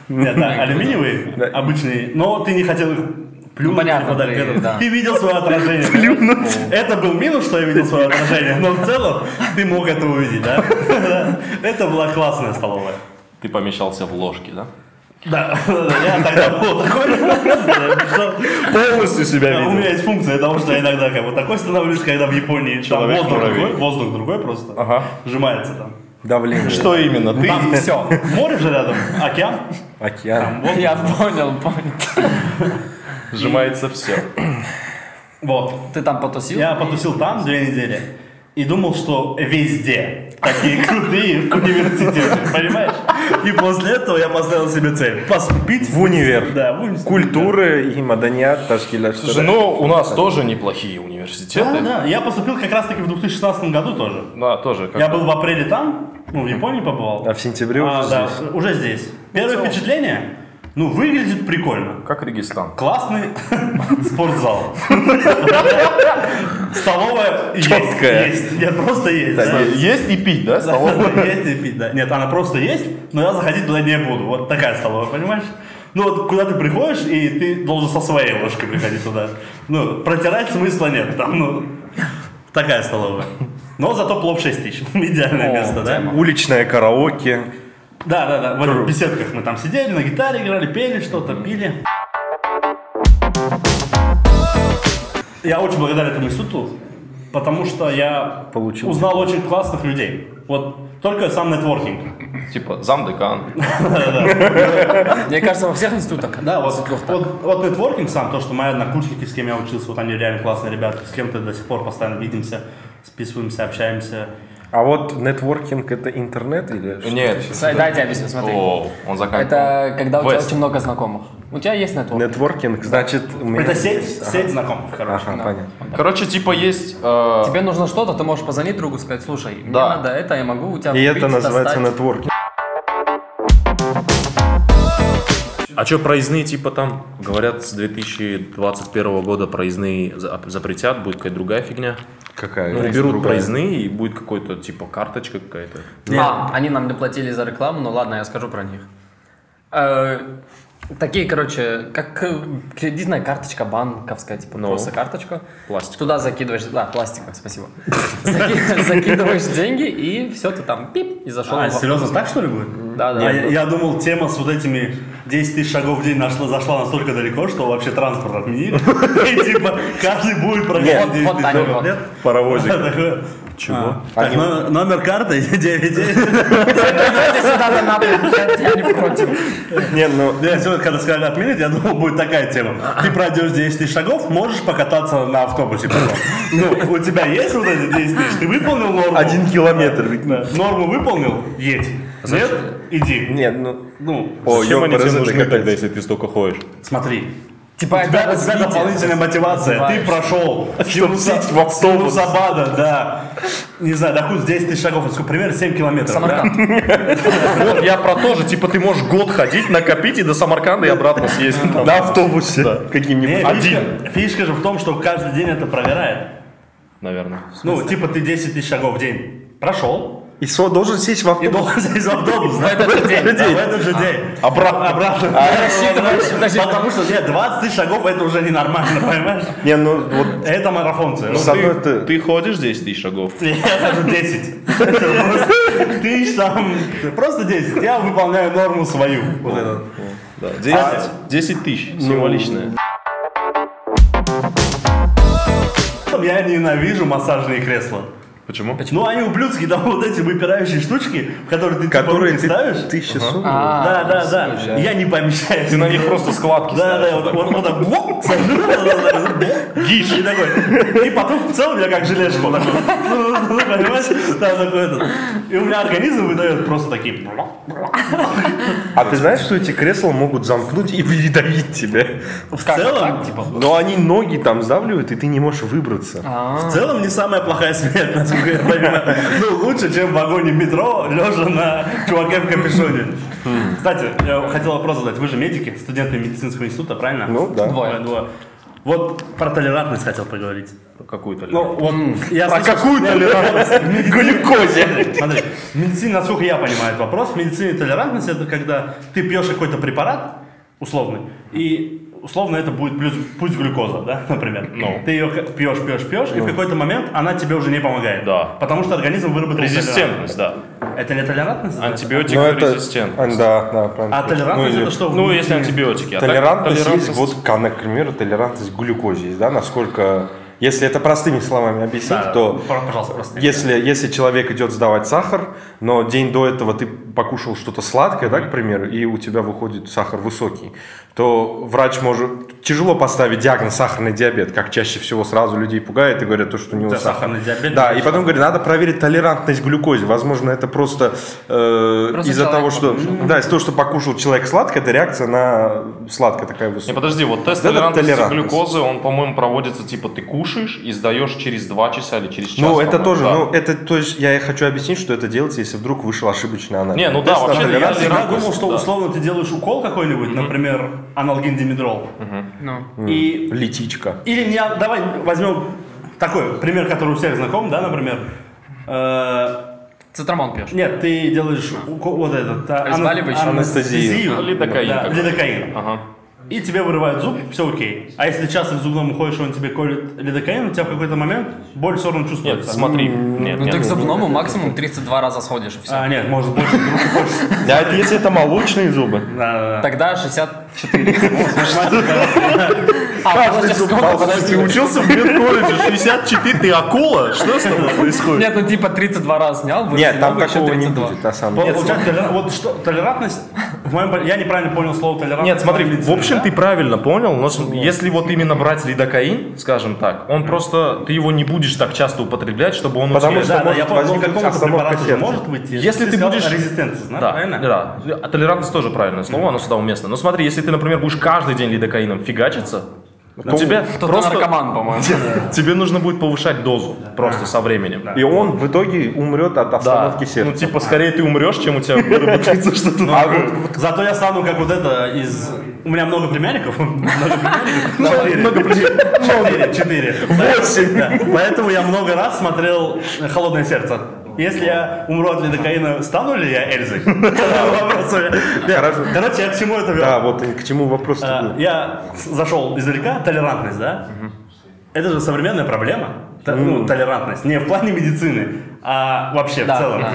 Нет, да, алюминиевые,
Да.
обычные, но ты не хотел их плюнуть.
понятно,
или подать
ты,
к этому.
да.
Ты видел свое отражение. Это был минус, что я видел свое отражение, но в целом ты мог это увидеть, да? Это была классная столовая.
Ты помещался в ложке, да?
Да, я тогда был такой. да, что-
Полностью себя
У меня
видел.
есть функция того, что я иногда как бы такой становлюсь, когда в Японии там
Человек
воздух
муравей.
другой, воздух другой просто
Ага.
сжимается там.
Давление.
Что именно? Ты
Там все. Море же рядом, океан.
Океан.
Я понял, понял.
сжимается все.
Вот.
Ты там потусил?
Я потусил там две недели и думал, что везде такие крутые в университете, понимаешь? И после этого я поставил себе цель поступить
В универ.
Да, в университет.
Культуры и маданият Ташкиля.
Слушай, ну у нас тоже неплохие университеты.
Да, да. Я поступил как раз таки в 2016 году тоже.
Да, тоже. как-
Я был в апреле там, ну, в Японии побывал.
А в сентябре
А,
уже
да,
здесь.
уже здесь. Первое впечатление, ну, выглядит прикольно.
Как Регистан.
Классный спортзал. Столовая есть,
Чёткая.
есть. Нет, просто есть. да.
Е- Есть и пить, да?
Столовая есть и пить, да. Нет, она просто есть, но я заходить туда не буду. Вот такая столовая, понимаешь? Ну вот куда ты приходишь, и ты должен со своей ложкой приходить туда. Ну, протирать смысла нет. Там, ну, такая столовая. Но зато плов 6 тысяч. Идеальное место, да?
Уличное караоке.
Да, да, да. В этих беседках мы там сидели, на гитаре играли, пели что-то, пили. Я очень благодарен этому институту, потому что я
Получил.
узнал очень классных людей. Вот только сам нетворкинг.
Типа замдекан.
Мне кажется, во всех институтах.
Да, вот,
Светлов так.
вот, вот нетворкинг сам, то, что мои однокурсники, с кем я учился, вот они реально классные ребята, с кем-то до сих пор постоянно видимся, списываемся, общаемся.
А вот нетворкинг это интернет или что?
Нет.
Сай, Дай я тебе объясню, смотри.
О, он заканчивал.
Это когда у тебя
Вест.
очень много знакомых. У тебя есть нетворк?
Нетворкинг, значит, у меня-
Это сеть, сеть знакомых, короче.
Ага, понятно.
Короче, типа есть... э,
Тебе нужно что-то, ты можешь позвонить другу, сказать, слушай, мне
Да.
надо это, я могу у тебя
И это
купить,
называется
достать».
нетворкинг.
А что, проездные типа там? Говорят, с 2021 года проездные за- запретят, будет какая-то другая фигня.
Какая?
Ну,
есть
уберут
А другая?
проездные и будет какой-то типа карточка какая-то.
А, они нам не платили за рекламу, но ладно, я скажу про них. Э, Такие, короче, как э, кредитная карточка банковская, типа
Ну.
просто карточка.
Пластик.
Туда закидываешь, да, пластика, спасибо. Заки- Закидываешь деньги и все, ты там пип и зашел.
А,
во-
серьезно, так что ли будет?
Да, да.
А я, я думал, тема с вот этими 10 тысяч шагов в день нашла, зашла настолько далеко, что вообще транспорт отменили. И типа каждый будет проходить
Вот-
10
вот
тысяч
они
шагов.
вот.
Нет?
Паровозик.
Такое. А,
Чего?
Так, но- номер карты 99.
Давайте сюда донаты, я не против.
Не, ну
Да, Я сегодня, когда сказали отменить, я думал, будет такая тема. Ты пройдешь 10 тысяч шагов, можешь покататься на автобусе потом. Ну, у тебя есть вот эти 10 тысяч? Ты выполнил норму?
один километр.
Да. Норму выполнил? Едь. Нет? Иди.
Нет, ну
Ну,
О,
Зачем они тебе
ёпарасоты,
нужны
капец.
тогда, если ты столько ходишь?
смотри.
Типа
У тебя,
это
у тебя
развитие,
дополнительная
это
мотивация. Ты
развиваешь.
прошел.
Чтоб
Синуса-
сесть в автобус.
Синусабада, да. Не знаю, допустим, 10 тысяч шагов, это сколько, примерно 7 километров. да?
Самарканд.
Вот я про то же, типа ты можешь год ходить, накопить и до Самарканда и обратно съездить.
на автобусе
Не,
каким-нибудь.
Фишка, фишка же в том, что каждый день это проверяет.
Наверное.
Ну, типа ты 10 тысяч шагов в день прошел
И со должен сесть в
и
автобус.
должен сесть в автобус. да, В
этот же день.
Да, В этот же день.
Обратно.
Обратно.
Рассчитываешь, подожди.
Потому что нет, 20 тысяч шагов это уже ненормально, понимаешь?
Не, ну вот
Это марафонцы.
с одной ты-
Ты ходишь 10 тысяч шагов?
Я хожу 10. Это просто- Ты там просто 10. Я выполняю норму свою. Вот это.
Да. 10, 10 тысяч, символичное.
Потом Я ненавижу массажные кресла.
Почему?
Ну, они ублюдские, там вот эти выпирающие штучки, в которые ты типа
которые
руки
ты
ставишь.
тысячи сумм.
Да,
А,
да, да. Я не помещаюсь.
Ты на них просто складки
Да, да,
ставишь.
вот, вот, вот так, блок, сажу, вот так, блок, гиш, и такой. И потом в целом я как желешку вот так вот, Ну, понимаешь? Да, такой этот. И у меня организм выдает просто такие ну, блок.
А ты знаешь, что эти кресла могут замкнуть и передавить тебя?
В целом,
Но они ноги там сдавливают, и ты не можешь выбраться.
в целом не самая плохая смерть, насколько я понимаю. Ну, лучше, чем в вагоне метро, лежа на чуваке в капюшоне. Кстати, я хотел вопрос задать. Вы же медики, студенты медицинского института, правильно?
Ну да.
Двое.
Двое. Вот про толерантность хотел поговорить.
Какую-то
Ну, вот я
А
слышал,
какую
что-
толерантность? К глюкозе.
Смотри, в медицине, насколько я понимаю этот вопрос, в медицине толерантность это когда ты пьешь какой-то препарат условный, и условно это будет плюс, пусть глюкоза, да, например.
Ну.
Ты ее к- пьешь, пьешь, пьешь, и в какой-то момент она тебе уже не помогает.
Да.
Потому что организм выработал
Резистентность, да.
толерантность. Это не толерантность? это?
Антибиотик
Ну это...
резистентно.
а, Да, да, правильно.
А толерантность
Ну, или
это что?
Ну, если антибиотики. а так
Толерантность, есть, вот, к- к примеру, толерантность к глюкозе есть, да, насколько... Если это простыми словами объяснить,
Да,
то
пожалуйста, пожалуйста, просто.
Если, если человек идет сдавать сахар, но день до этого ты покушал что-то сладкое, да, к примеру, и у тебя выходит сахар высокий, то врач может... Тяжело поставить диагноз сахарный диабет, как чаще всего сразу людей пугает и говорят, то, что у него
Да,
сахар.
сахарный диабет,
Да,
да,
и потом говорят, надо проверить толерантность к глюкозе. Возможно, это просто, э,
Просто
из-за
человек
того, что...
покушал.
Да, из-за того, что покушал человек сладкое, это реакция на сладкое такая
Не,
высокая.
подожди, вот тест
Вот это
толерантности
толерантность.
глюкозы, он, по-моему, проводится, типа, ты кушаешь и сдаешь через 2 часа или через час.
Ну, это
по-моему,
тоже,
да.
ну, это, то есть, я и хочу объяснить, что это делается, если вдруг вышел ошибочный анализ.
Не, ну да,
Тест на
вообще-то я
Я
толерантность к
всегда
толерантность,
думал, что
да.
условно ты делаешь укол какой-нибудь, например, анальгин-димедрол,
Ну.
и
Летичка.
Или меня, давай возьмем такой пример, который у всех знаком, да, например. Э,
Цитрамон пьешь.
Нет, ты делаешь уко- вот этот... а, ана-
Разбаливающий.
Анестезию.
Лидокаин
Да,
какой-то.
лидокаин.
Ага.
И тебе вырывают зуб, все окей. А если часто к зубному ходишь, он тебе колет лидокаин, у тебя в какой-то момент боль все равно
Нет,
чувствуется.
смотри. Нет,
Ну ты
нет.
к зубному максимум 32 раза сходишь и все.
А, нет, может больше. друг, больше.
Да, это если это молочные зубы.
Да, да,
Тогда 64.
Каждый зуб молочный.
А, Подожди.
Учился в медколледже 64, ты акула? Что с тобой происходит?
Нет, ну типа 32 раза снял, вырос
Нет, там
новый, еще
такого не
32.
будет, на самом
Пол-
деле.
Получается, толера- вот что, толерантность, в моем, пон- я неправильно понял слово толерантность.
Нет, смотри,
Лицемерие,
в общем,
да?
ты правильно понял, но с- если вот именно брать лидокаин, скажем так, он просто, ты его не будешь так часто употреблять, чтобы он у
Потому
тебя-
что
Да, да,
может
я понял,
возникнуть
какому-то
остановка
препарату же
сердца.
может выйти.
Если ты
сказал
будешь-
резистенция, знаешь,
Да,
правильно?
да. А Толерантность тоже правильное слово, оно сюда уместно. Но смотри, если ты, например, будешь каждый день лидокаином фигачиться, у тебя
Тот
просто...
Ну, наркоман, по-моему.
Тебе нужно будет повышать дозу просто со временем.
И он в итоге умрет от
Да. Ну,
остановки сердца.
типа, скорее ты умрешь, чем у тебя выработается что-то
Ну,
А
такое.
вот- вот зато я стану как вот это из... У меня много племянников. Много племянников.
Ну,
Четыре. Четыре, четыре. Да. Поэтому я много раз смотрел э, «Холодное сердце». Если я умру от лидокаина, стану ли я Эльзой? Вопрос у меня.
Хорошо.
Короче, я к чему это вел?
Да, вот и к чему вопрос
Э,
А, Я с- зашел издалека, толерантность, да? Это же современная проблема. Т- Ну, толерантность. Не в плане медицины, а вообще
Да,
в целом.
да.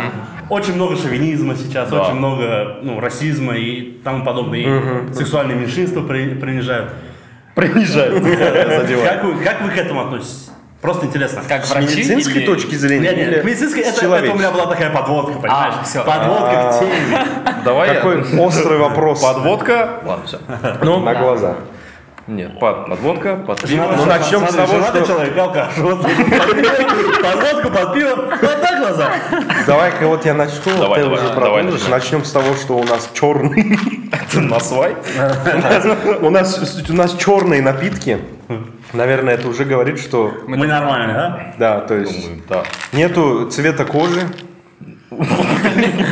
Очень много шовинизма сейчас, очень много ну, расизма и тому подобное. И сексуальные меньшинства при- принижают.
а
Принижает.
Как вы, как вы к этому относитесь? Просто интересно. Ну,
Как
С
врачи
медицинской
или-
точки зрения.
Нет, нет,
или А,
к медицинской,
с
это, это у
человеческой?
меня была такая подводка, понимаешь?
всё.
Подводка к
Ну,
теме.
Давай. я-
Какой острый вопрос
Подводка. Ладно, все.
на глаза.
Нет, под- подводка, под
Ну, начнем с
Смотри,
того,
женатый
что-
человек, алкаш. Вот. Под водку, под пиво, вот так глаза.
Давай-ка вот я начну, а
Давай,
ты
давай, давай,
уже продолжишь.
начинай.
Начнем с того, что у нас черный.
на свай.
У нас у нас черные напитки. Наверное, это уже говорит, что
Мы, нормальные, да?
да, то есть
Да.
нету цвета кожи.
Медик,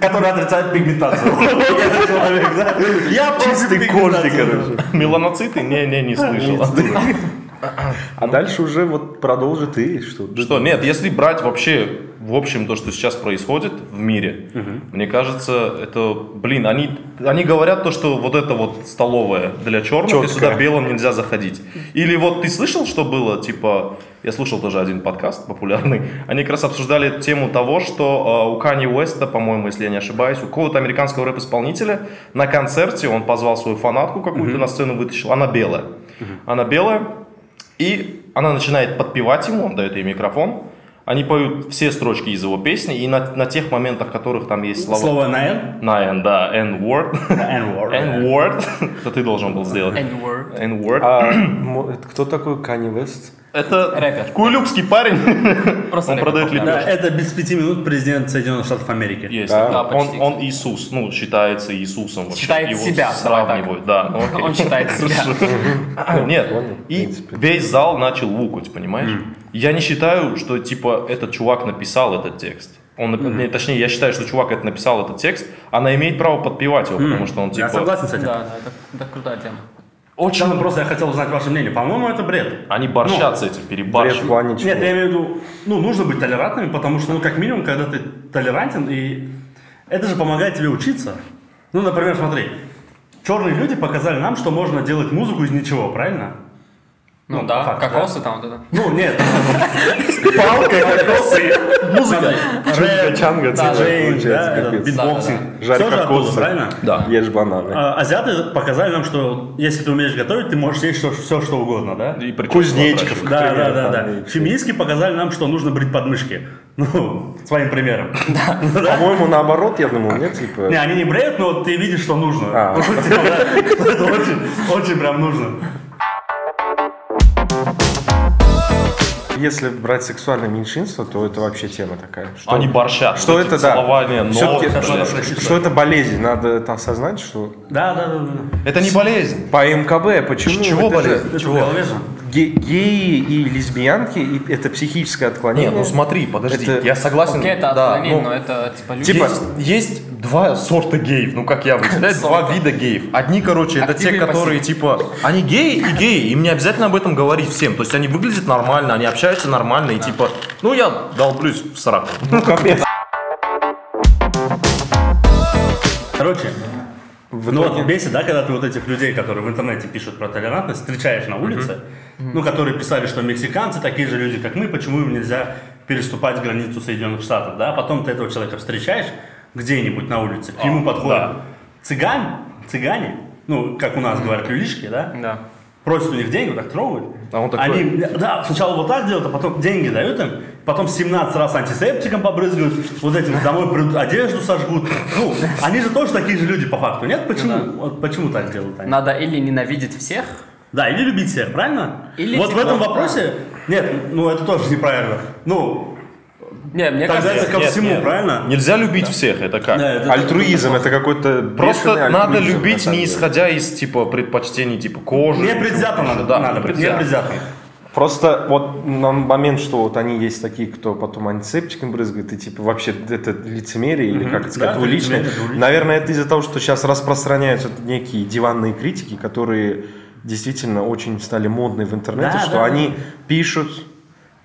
который отрицает пигментацию. Это человек, да? Я просто
Ты кожи, короче.
Меланоциты? Не-не, не слышал.
А
Ну.
дальше уже вот продолжит и что?
Что, нет, если брать вообще в общем то, что сейчас происходит в мире, мне кажется, это, блин, они, они говорят то, что вот это вот столовая для черных, и
Чёткая.
сюда белым нельзя заходить. Или вот ты слышал, что было, типа, я слушал тоже один подкаст популярный, они как раз обсуждали тему того, что э, у Кани Уэста, по-моему, если я не ошибаюсь, у какого-то американского рэп-исполнителя на концерте он позвал свою фанатку какую-то на сцену вытащил, она белая. Она белая, и она начинает подпевать ему, он дает ей микрофон. Они поют все строчки из его песни, и на, на тех моментах, в которых там есть слова...
Слово на «н»?
На N, да, N-word.
N-word.
N-word. Это ты должен был сделать.
N-word.
N-word.
А, мо- это кто такой Кани Вест?
Это
Рэпер.
кулюкский парень.
Просто
Он
рэпер,
продает
да.
Да, это без пяти минут президент Соединенных Штатов Америки.
Есть.
Да.
такой.
Да,
Он,
почти.
он Иисус, ну, считается Иисусом. вообще.
Считает
Его
себя, давай так.
Сравнивают, да. ну, окей.
Он считает себя.
Нет,
понял, в
и
принципе.
весь зал начал лукать, понимаешь? Я не считаю, что типа этот чувак написал этот текст. Он, нап- не, Точнее, я считаю, что чувак это написал этот текст, она имеет право подпевать его, потому что он типа.
Я согласен с этим.
Да, да, это- это крутая тема.
Очень просто я хотел узнать ваше мнение. По-моему, это бред.
Они борщат с этим,
Ну, Бред в
перебарщивают.
плане чего?
Нет, я имею в виду, ну, нужно быть толерантными, потому что, ну, как минимум, когда ты толерантен, и это же помогает тебе учиться. Ну, например, смотри, черные люди показали нам, что можно делать музыку из ничего, правильно?
Ну
Ну,
да,
факт, да.
кокосы там вот это.
Ну, нет,
Палка,
музыка,
Чанга, чанга,
Да,
цвет,
Джейн,
получается,
да, этот
капец.
битбоксинг.
Да,
Жарь
Всё же
кокосы.
оттуда, правильно?
Да.
Ешь бананы.
А, Азиаты показали нам, что если ты умеешь готовить, ты можешь есть все, что угодно, да?
И причём
Кузнечиков, к
Да, да,
примеру,
да,
там,
да.
и всё.
Феминистки показали нам, что нужно брить подмышки. Ну, своим примером. Ну, да.
По-моему, наоборот, я думал, нет, типа...
Не, они не бреют, но ты видишь, что нужно.
А.
Ну, типа, да, Это очень, очень прям нужно.
Если брать сексуальное меньшинство, то это вообще тема такая. Что,
Они борщат.
что
А Вот эти
это, да,
целования, ног,
всё-таки-
блядь.
что, что это болезнь, надо это осознать, что...
Да, да, да, да.
Это не болезнь.
По МКБ, почему?
Чего
Это же
болезнь?
Это в голове же.
ге- геи и лесбиянки, и это психическое
Нет,
отклонение.
ну смотри, подожди,
Это-
я согласен.
Окей, это
да,
отклонение,
ну,
но это типа люди.
типа-
Есть, есть два сорта геев, ну как я выяснил, два вида геев. Одни, короче, это те,
Активные и
которые типа, они геи и геи, им не обязательно об этом говорить всем. То есть они выглядят нормально, они общаются нормально и типа, ну я долблюсь в сраку.
Короче, ну вот бесит, да, когда ты вот этих людей, которые в интернете пишут про толерантность, встречаешь на улице, ну, которые писали, что мексиканцы такие же люди, как мы, почему им нельзя переступать границу Соединенных Штатов, да, потом ты этого человека встречаешь где-нибудь на улице, к нему подходят цыгане, цыгане, ну, как у нас говорят, людишки, да,
Да.
просят у них деньги, вот так трогают.
А он такой-
Они, да, сначала вот так делают, а потом деньги дают им, потом 17 раз антисептиком побрызгают, вот этим домой придут, одежду сожгут. Ну, они же тоже такие же люди по факту, нет? Почему? Вот почему так делают они?
Надо или ненавидеть всех,
Да, или любить всех, правильно?
Или
вот в
типа,
этом
да.
вопросе, нет, ну это тоже неправильно. Ну,
не, мне
тогда
кажется,
это ко
нет,
всему,
нет.
правильно?
Нельзя любить всех, это как?
Да, это-
Альтруизм это какой-то
Просто
бешеный
надо
альтруизм,
любить,
на самом
не
деле.
исходя из типа предпочтений типа кожи.
Не
чего-то
предвзято надо,
еще. Да,
надо,
непредвзято.
не предвзято.
Просто вот на момент, что вот они есть такие, кто потом антисептиком брызгает, и типа вообще это лицемерие, или как это сказать,
Да,
двуличное.
лицемерие, двуличное.
Наверное, это из-за того, что сейчас распространяются некие диванные критики, которые действительно очень стали модны в интернете,
Да,
что
да,
они пишут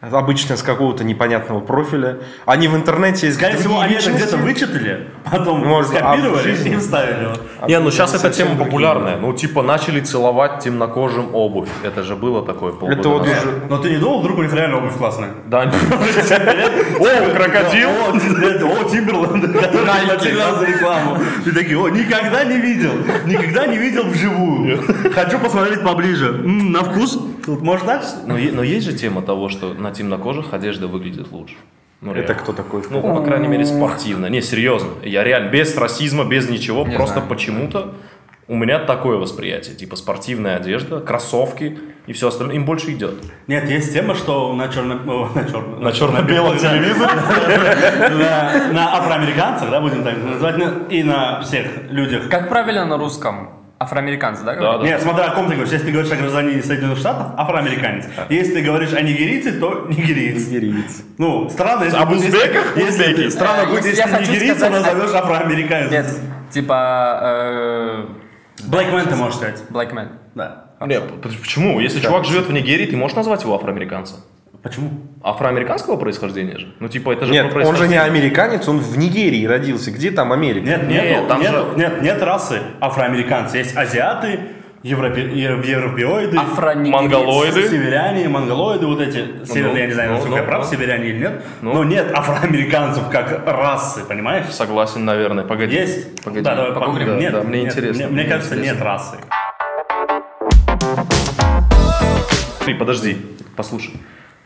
обычно с какого-то непонятного профиля. Они в интернете... из
Скорее всего,
другие
они это
личности.
где-то вычитали, потом
Может, а в
скопировали
жизни?
и вставили.
Не, ну сейчас эта
Совсем
тема
другие.
популярная. Ну, типа, начали целовать темнокожим обувь. Это же было такое полгода
Это вот
назад.
уже-
Но ты не думал, вдруг у них реально обувь классная?
Да, О, крокодил!
О, это, О, Тимберленд, который платил нам за рекламу. Ты такие, о, никогда не видел, никогда не видел вживую. Хочу посмотреть поближе. М, На вкус? Тут Может так?
Но, е- но есть же тема того, что на темнокожих одежда выглядит лучше. Ну,
Это
реально.
кто такой?
Ну, по крайней мере, спортивно. Не, серьезно. Я реально без расизма, без ничего.
Не
просто
знаю.
почему-то у меня такое восприятие. Типа спортивная одежда, кроссовки и все остальное. Им больше идет.
Нет, есть тема, что на черно... о, На, черно... на
черно-белом
телевизоре? На на афроамериканцах, да, будем так называть, ну, и на всех людях.
как правильно на русском? Афроамериканцы, да?
Да,
говорят?
да.
Нет, смотря о ком ты говоришь. Если ты говоришь о гражданине Соединенных Штатов, афроамериканец. Если ты говоришь о нигерийце, то нигериец.
Нигериец.
Ну, странно, если...
Об
будет- если-
узбеках
если-
узбеки.
Странно
Э,
будет,
если
если
я хочу
нигерийца
сказать-
назовешь афроамериканцем.
Нет, типа э,
Black man ты можешь сказать.
Black Man.
Да.
Не, п- почему? Если чувак живет в Нигерии, ты можешь назвать его афроамериканцем?
Почему?
Афроамериканского происхождения же? Ну, типа, это же
Нет,
про
он же не
происхождение.
американец, он в Нигерии родился. Где там Америка?
Нет,
Нет,
нету-
там
нету-
же-
нет, нет расы афроамериканцы. Есть азиаты, европе- ев- европеоиды,
Афронигериец.
Монголоиды.
северяне, монголоиды, вот эти. Северные, я не знаю,
ну,
насколько я
ну,
прав,
ну.
северяне или нет.
Ну.
Но нет афроамериканцев как расы, понимаешь?
Согласен, наверное. Погоди.
Есть?
Погоди.
Да, давай
погуглим.
погуглим. Нет,
Да, да, мне
нет,
интересно,
Мне, мне
мне
кажется,
интересно.
нет расы.
Ты подожди, послушай.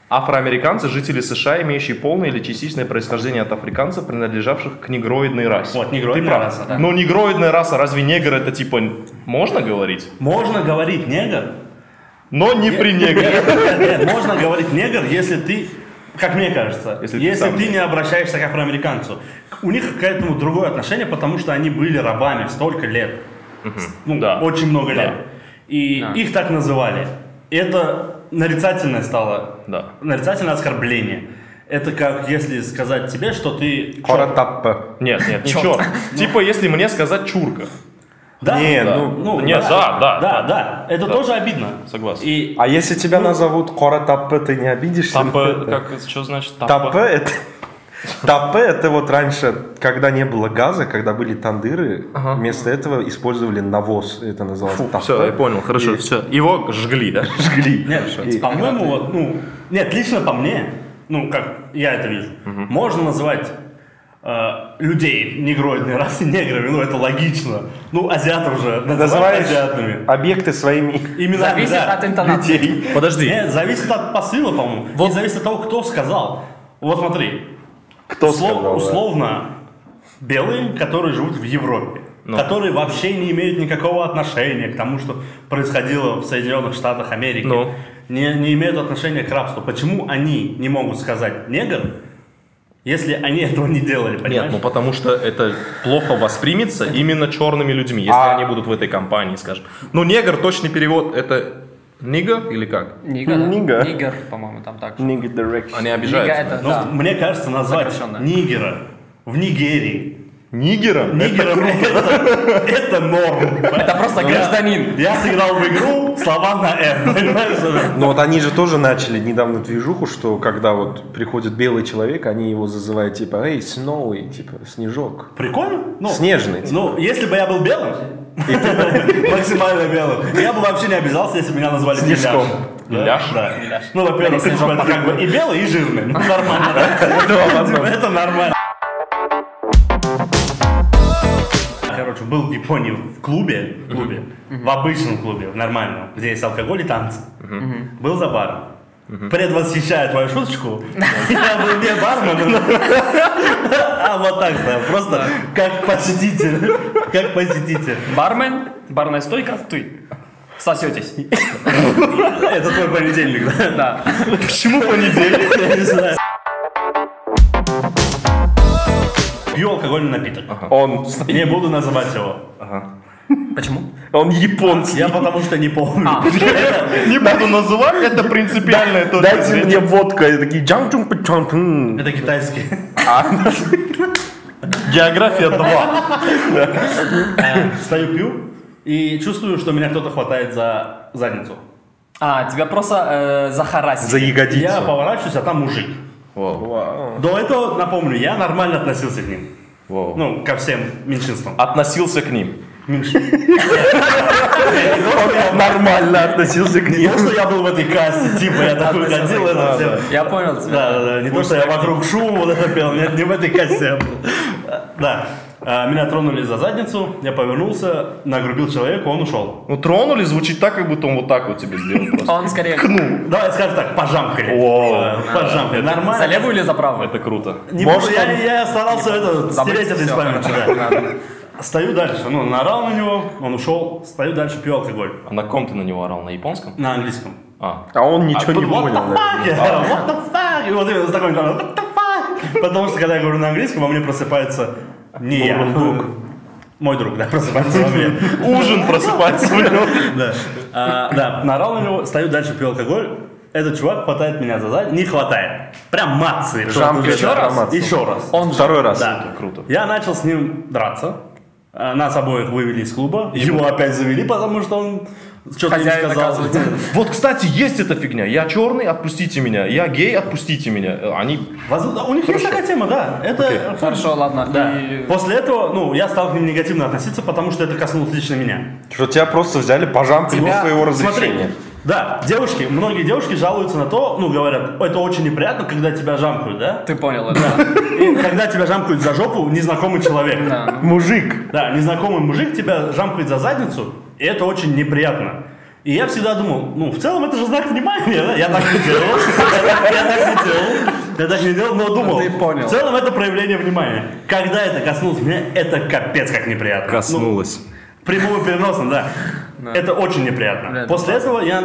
Афроамериканцы – жители США, имеющие полное или частичное происхождение от африканцев, принадлежавших к негроидной расе.
Вот, негроидная
Ты прав.
раса, да.
Но негроидная раса, разве негр это типа можно говорить?
Можно говорить негр,
Но не при негре.
Нет, нет, нет, можно говорить негр, если ты, как мне кажется,
Если
если,
ты сам
ты, не обращаешься к афроамериканцу. У них к этому другое отношение, потому что они были рабами столько лет. Ну,
Да.
очень много
Да.
лет. И
Да.
их так называли. Это нарицательное стало.
Да.
Нарицательное оскорбление. Это как если сказать тебе, что ты... чёрт.
Каратаппа.
Нет, нет, не
Чёрт.
черт.
Ну.
Типа если мне сказать чурка.
Да,
Не,
да.
ну,
нет, да, да,
да, да. Это тоже обидно.
Согласен.
И
А если тебя назовут Кора Таппе, ты не обидишься?
Тапе, как, что значит тапе?
Тапе это... Тапе это вот раньше, когда не было газа, когда были тандыры, вместо этого использовали навоз. Это называлось тапе.
Все, я понял, хорошо,
И
все. Его жгли, да?
Жгли.
Нет,
И-
по-моему, вот, ну, нет, лично по мне, ну, как я это вижу, можно называть э, людей негроидной расы неграми, ну, это логично. Ну, азиатов же называют
Называешь
азиатами.
объекты своими
Именно,
Зависит
да.
от интонации.
людей.
Подожди.
Нет, зависит от посыла, по-моему.
Вот.
И зависит от того, кто сказал. Вот смотри,
Кто
услов-
сказал, да?
условно белые, которые живут в Европе,
Ну.
которые вообще не имеют никакого отношения к тому, что происходило в Соединенных Штатах Америки,
Ну.
не, не имеют отношения к рабству. Почему они не могут сказать негр, если они этого не делали,
Нет,
понимаешь?
ну потому что это плохо воспримется именно черными людьми, если
А-
они будут в этой компании, скажем. Ну, негр, точный перевод, это нига или как?
Нига, да?
Нига.
Нигер, по-моему, там так же.
Nigga direction.
Они
Нига
обижаются.
это,
Ну,
да.
Мне кажется, назвать
Сокращенно.
нигера в Нигерии
Нигером?
Нигер, это, это норм.
Это просто гражданин.
Я сыграл в игру слова на «Н», понимаешь?
Но Ну вот они же тоже начали недавно движуху, что когда вот приходит белый человек, они его зазывают типа «Эй, Сноуи», типа «Снежок».
Прикольно? Ну,
Снежный. типа.
Ну, если бы я был белым, максимально белым, я бы вообще не обязался, если бы меня назвали
Снежком.
Беляш. Да. Да. Ну, во-первых, ты
Снежок
как бы и белый, и жирный. Ну, Нормально, да? Типа, Это нормально. Короче, был в Японии в клубе, в клубе, в обычном клубе, в нормальном, где есть алкоголь и танцы. Был за баром. Предвосхищая твою шуточку, я был не барменом, а вот так, да, просто как посетитель, как посетитель.
Бармен, барная стойка, ты. Сосетесь.
Это твой понедельник, да?
Да.
Почему понедельник? Я не знаю. Пью алкогольный напиток.
Он,
Не буду называть его.
Почему?
он японский.
Я потому что не помню.
А. Не буду называть, это принципиальная точка
Дайте
зрения.
мне водка. И такие «Джам, джум, пы, джам, пм».
Это китайский.
География 2. А.
Э, Стою, пью и чувствую, что меня кто-то хватает за задницу.
А, тебя просто э, захарасили.
За ягодицу.
Я поворачиваюсь, а там мужик.
А.
До этого, напомню, я нормально относился к ним. Ну, ко всем меньшинствам.
Относился к ним.
Нормально относился к
Не
ним.
то, что я был в этой кассе, типа, я такой ходил, это все.
Я понял тебя.
Да, да, да. Не то, что я вокруг шума вот это пел. Нет, не в этой кассе я был. Да. А, Меня тронули за задницу, я повернулся, нагрубил человека, он ушел.
Ну, тронули, звучит так, как будто он вот так вот тебе сделал просто.
Он скорее
Давай скажем так, пожамкали.
О.
Э, Пожамкали.
за
Нормально.
левую или за правую?
Это круто.
Не
Может,
буду- я, я старался это,
Забыть
стереть это из
всё,
памяти.
хорошо,
да.
ладно.
Стою дальше, ну, наорал на него, он ушел, стою дальше, пью алкоголь.
А на ком ты на него орал? На японском?
На английском.
А.
А он ничего не
What the
понял.
fuck? What the fuck? И вот именно с такой интонацией, What the fuck? Потому что, когда я говорю на английском, во мне просыпается не я. а Мой друг, да, просыпается во мне.
Ужин просыпается в нем.
Да. А, Да, наорал на него, стою дальше, пью алкоголь. Этот чувак хватает меня за задницу. Не хватает. Прям мацай.
Шамки,
Еще
да,
раз?
мацай.
Еще раз.
Он же.
Второй раз.
Да.
Круто.
Я начал с ним драться. А, Нас обоих вывели из клуба. Его опять завели, потому что он что-то не
Хозяин,
сказал.
оказывается.
Вот, кстати, есть эта фигня. Я черный, отпустите меня. Я гей, отпустите меня. Э, Они...
Возможно, У них есть такая тема, да. Это
Хорошо, ладно.
Да.
И-
После этого, ну, я стал к ним негативно относиться, потому что это коснулось лично меня.
Что тебя просто взяли пожамки без
Я-
твоего
смотри,
разрешения.
Да, девушки, многие девушки жалуются на то, ну, говорят, это очень неприятно, когда тебя жамкают, да?
Ты понял это.
И когда тебя жамкают за жопу незнакомый человек.
да? ну. Да.
Мужик.
Да, незнакомый мужик тебя жамкает за задницу, и это очень неприятно. И я всегда думал, ну, в целом это же знак внимания, да? Я так не делал, я так- я так не делал, я так не делал, но думал.
Ну, Ты понял.
В целом это проявление внимания. Когда это коснулось меня, это капец как неприятно. Ну,
Коснулась.
Прямым и переносным, да. Это очень неприятно.
Блин,
После этого я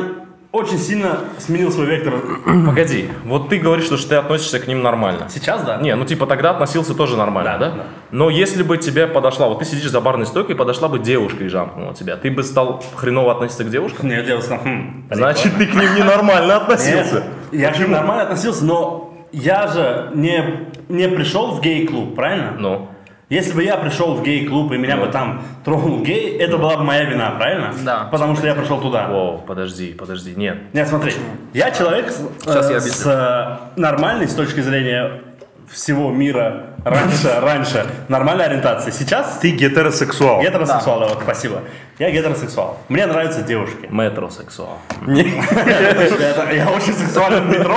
очень сильно сменил свой вектор.
Погоди, вот ты говоришь, что ты относишься к ним нормально.
Сейчас, да?
Не, ну типа тогда относился тоже нормально, да?
Да, да.
Но если бы тебе подошла, вот ты сидишь за барной стойкой, подошла бы девушка и жамкнула тебя, ты бы стал хреново относиться к девушкам?
Нет, я сказал, «Хм,
Значит, ты к ним ненормально
Нет,
относился.
Э, я к ним нормально относился, но я же не, не пришел в гей-клуб, правильно?
Ну,
Если бы я пришел в гей-клуб и меня бы там тронул гей, это была бы моя вина, правильно?
Ну. Да.
Потому что я пришел туда.
о, подожди, подожди, нет.
Нет, смотри, я человек с,
Сейчас
э,
я объясню.
с, э, нормальной с точки зрения всего мира раньше, раньше, нормальной ориентации. Сейчас
Ты гетеросексуал.
гетеросексуал, да, вот, спасибо. Я гетеросексуал. Мне нравятся девушки.
Метросексуал.
Это- Я очень сексуален в метро.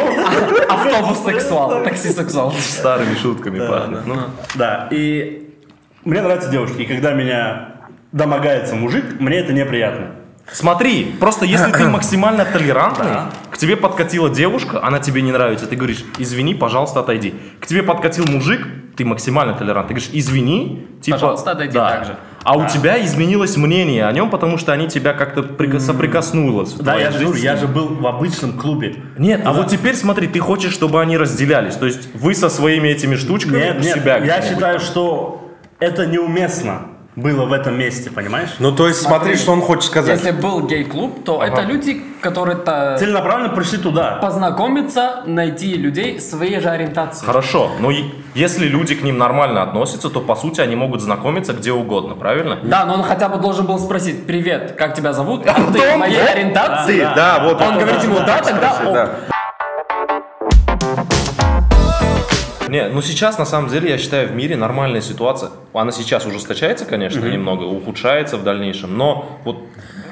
Автобус сексуал, такси сексуал.
Старыми шутками пахнет. Ну,
Да, и мне нравятся девушки. И когда меня домогается мужик, мне это неприятно.
Смотри, просто если ты максимально толерантный, к тебе подкатила девушка, она тебе не нравится, ты говоришь, извини, пожалуйста, отойди. К тебе подкатил мужик, ты максимально толерантный, ты говоришь, извини, типа,
Пожалуйста, отойди так же.
А у тебя изменилось мнение о нем, потому что они тебя как-то прика- соприкоснулось. в
Да,
твоей
я же
жизни.
говорю, я же был в обычном клубе.
Нет, а вот теперь смотри, ты хочешь, чтобы они разделялись. То есть вы со своими этими штучками
Нет,
у
нет,
себя.
я
где-нибудь.
считаю, что это неуместно. было в этом месте, понимаешь?
Ну, то есть смотри,
Смотри.
что он хочет сказать.
Если был гей-клуб, то это люди, которые-то
Целенаправленно пришли туда.
познакомиться, найти людей своей же ориентации.
Хорошо, но и- если люди к ним нормально относятся, то по сути они могут знакомиться где угодно, правильно?
Да, но он хотя бы должен был спросить, привет, как тебя зовут? А ты моей ориентации?
Да, вот.
Он говорит ему, да, тогда ок».
Да.
Не, ну сейчас на самом деле я считаю в мире нормальная ситуация. Она сейчас ужесточается, конечно, немного, ухудшается в дальнейшем, но вот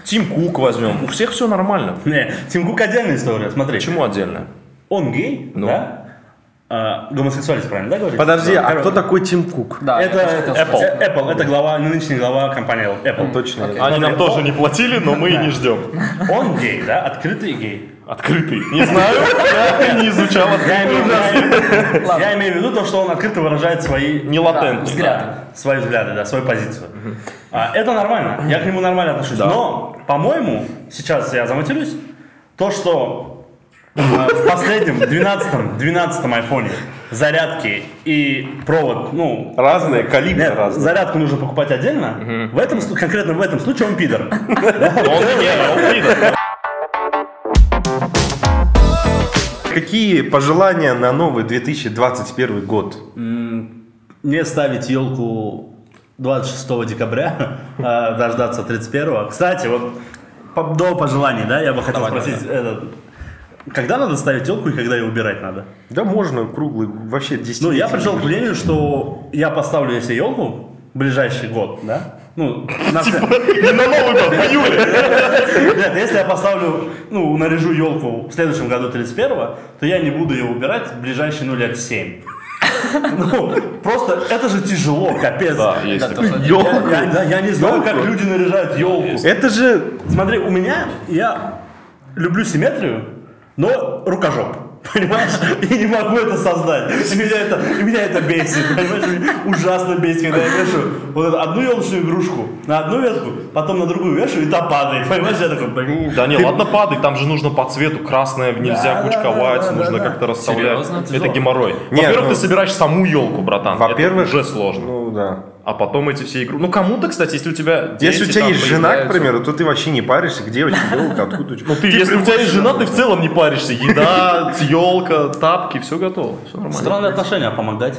Тим Кук возьмем, у всех все нормально.
Не, Тим Кук отдельная история, смотри.
Почему отдельно?
Он гей,
Ну.
да? А, гомосексуалист, правильно, да, говорит?
Подожди, а
Короче,
кто такой Тим Кук?
Да, я
Это
тоже хотел
Apple.
спросить.
Apple, это глава, нынешняя глава компании Apple.
Точно. нет.
Они нам тоже не платили, но мы и не ждем.
Он гей, да? Открытый гей.
Открытый. Не знаю, я не изучал
Я имею, в
открытый.
виду-
Ладно.
я имею в виду то, что он открыто выражает свои
Не
Да,
латентный.
взгляды.
свои взгляды, да, свою позицию. А, это нормально, я к нему нормально отношусь. Но, по-моему, сейчас я заматерюсь, то, что э, в последнем, 12-м, 12-м айфоне зарядки и провод, ну,
Разные, калибры
нет,
разные.
зарядку нужно покупать отдельно, в этом, слу- конкретно в этом случае он пидор.
Какие пожелания на новый 2021 год?
Не ставить елку 26 декабря, а дождаться 31. Кстати, вот по- до пожеланий, да, я бы хотел спросить, этот, когда надо ставить елку и когда ее убирать надо?
Да можно круглый, вообще 10
Ну, я пришел к мнению, что я поставлю если елку в ближайший год, да? Ну, на-
Типа, на Новый год, в июле.
нет, если я поставлю, ну, наряжу елку в следующем году 31-го, то я не буду ее убирать в ближайшие, ну, лет 7. Ну, просто это же тяжело, капец.
Да, то, что-
Ёлку.
Я, да, я не знаю, как люди наряжают елку.
Это же...
Смотри, у меня я люблю симметрию, но рукожоп. Понимаешь? И не могу это создать. И меня это, и меня это бесит. Понимаешь? Меня Ужасно бесит, когда я вешаю вот эту одну елочную игрушку на одну ветку, потом на другую вешаю, и та падает. Понимаешь? Я такой, блин.
Да не, ладно падай, там же нужно по цвету, красное нельзя
Да, да,
кучковать,
да, да,
нужно
да.
как-то расставлять.
Серьезно?
Это геморрой.
Не,
Во-первых,
ну-
ты собираешь саму елку, братан. Это
Во-первых,
уже сложно.
Ну да.
А потом эти все игры. Ну кому-то, кстати, если у тебя.
Если у
дети
тебя
там
есть жена, к
появляются.
примеру, то ты вообще не паришься, где вообще елка, откуда... Ну
Ты, если Типа, у тебя есть жена, ты в целом не паришься. Еда, елка, тапки, все готово. Все нормально.
Странное отношение, а помогать?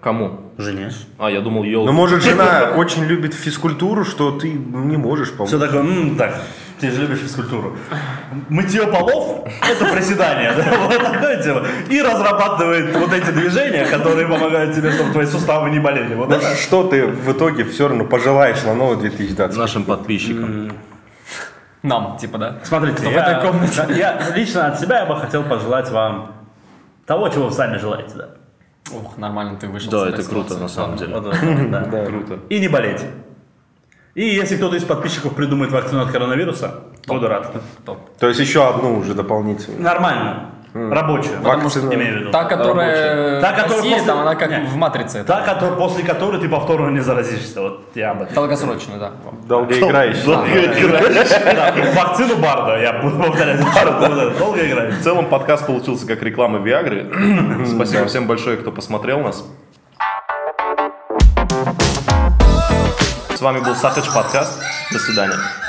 Кому?
Жене.
А, я думал, елка.
Ну, может, жена очень любит физкультуру, что ты не можешь помочь.
Все такое, «М, так, ты же любишь физкультуру. Мытье полов – это приседание, да, вот такое дело. И разрабатывает вот эти движения, которые помогают тебе, чтобы твои суставы не болели. Вот
Ну,
это.
Что ты в итоге все равно пожелаешь на новый 2020?
Нашим подписчикам.
Нам, типа, да.
Смотрите,
в
я,
этой комнате.
я лично от себя я бы хотел пожелать вам того, чего вы сами желаете, да.
Ух, нормально ты вышел.
Да,
с
это
этой
круто
ситуации.
на самом деле.
Вот это, да.
Круто.
И не болеть. И если кто-то из подписчиков придумает вакцину от коронавируса, буду рад.
То есть еще одну уже дополнительно.
Нормально. Рабочую.
Вакцина.
Имею в виду.
Та, которая
Та, которая
в России,
после-
там она как
Не.
в матрице.
Та, кото- после которой ты повторно не заразишься. Вот я об этом.
Долгосрочно, да.
Долгоиграющий.
Да, Вакцину Барда, я буду повторять. Вот это, Долго играет.
В целом подкаст получился как реклама Виагры. Спасибо всем большое, кто посмотрел нас. С вами был Сахач подкаст. До свидания.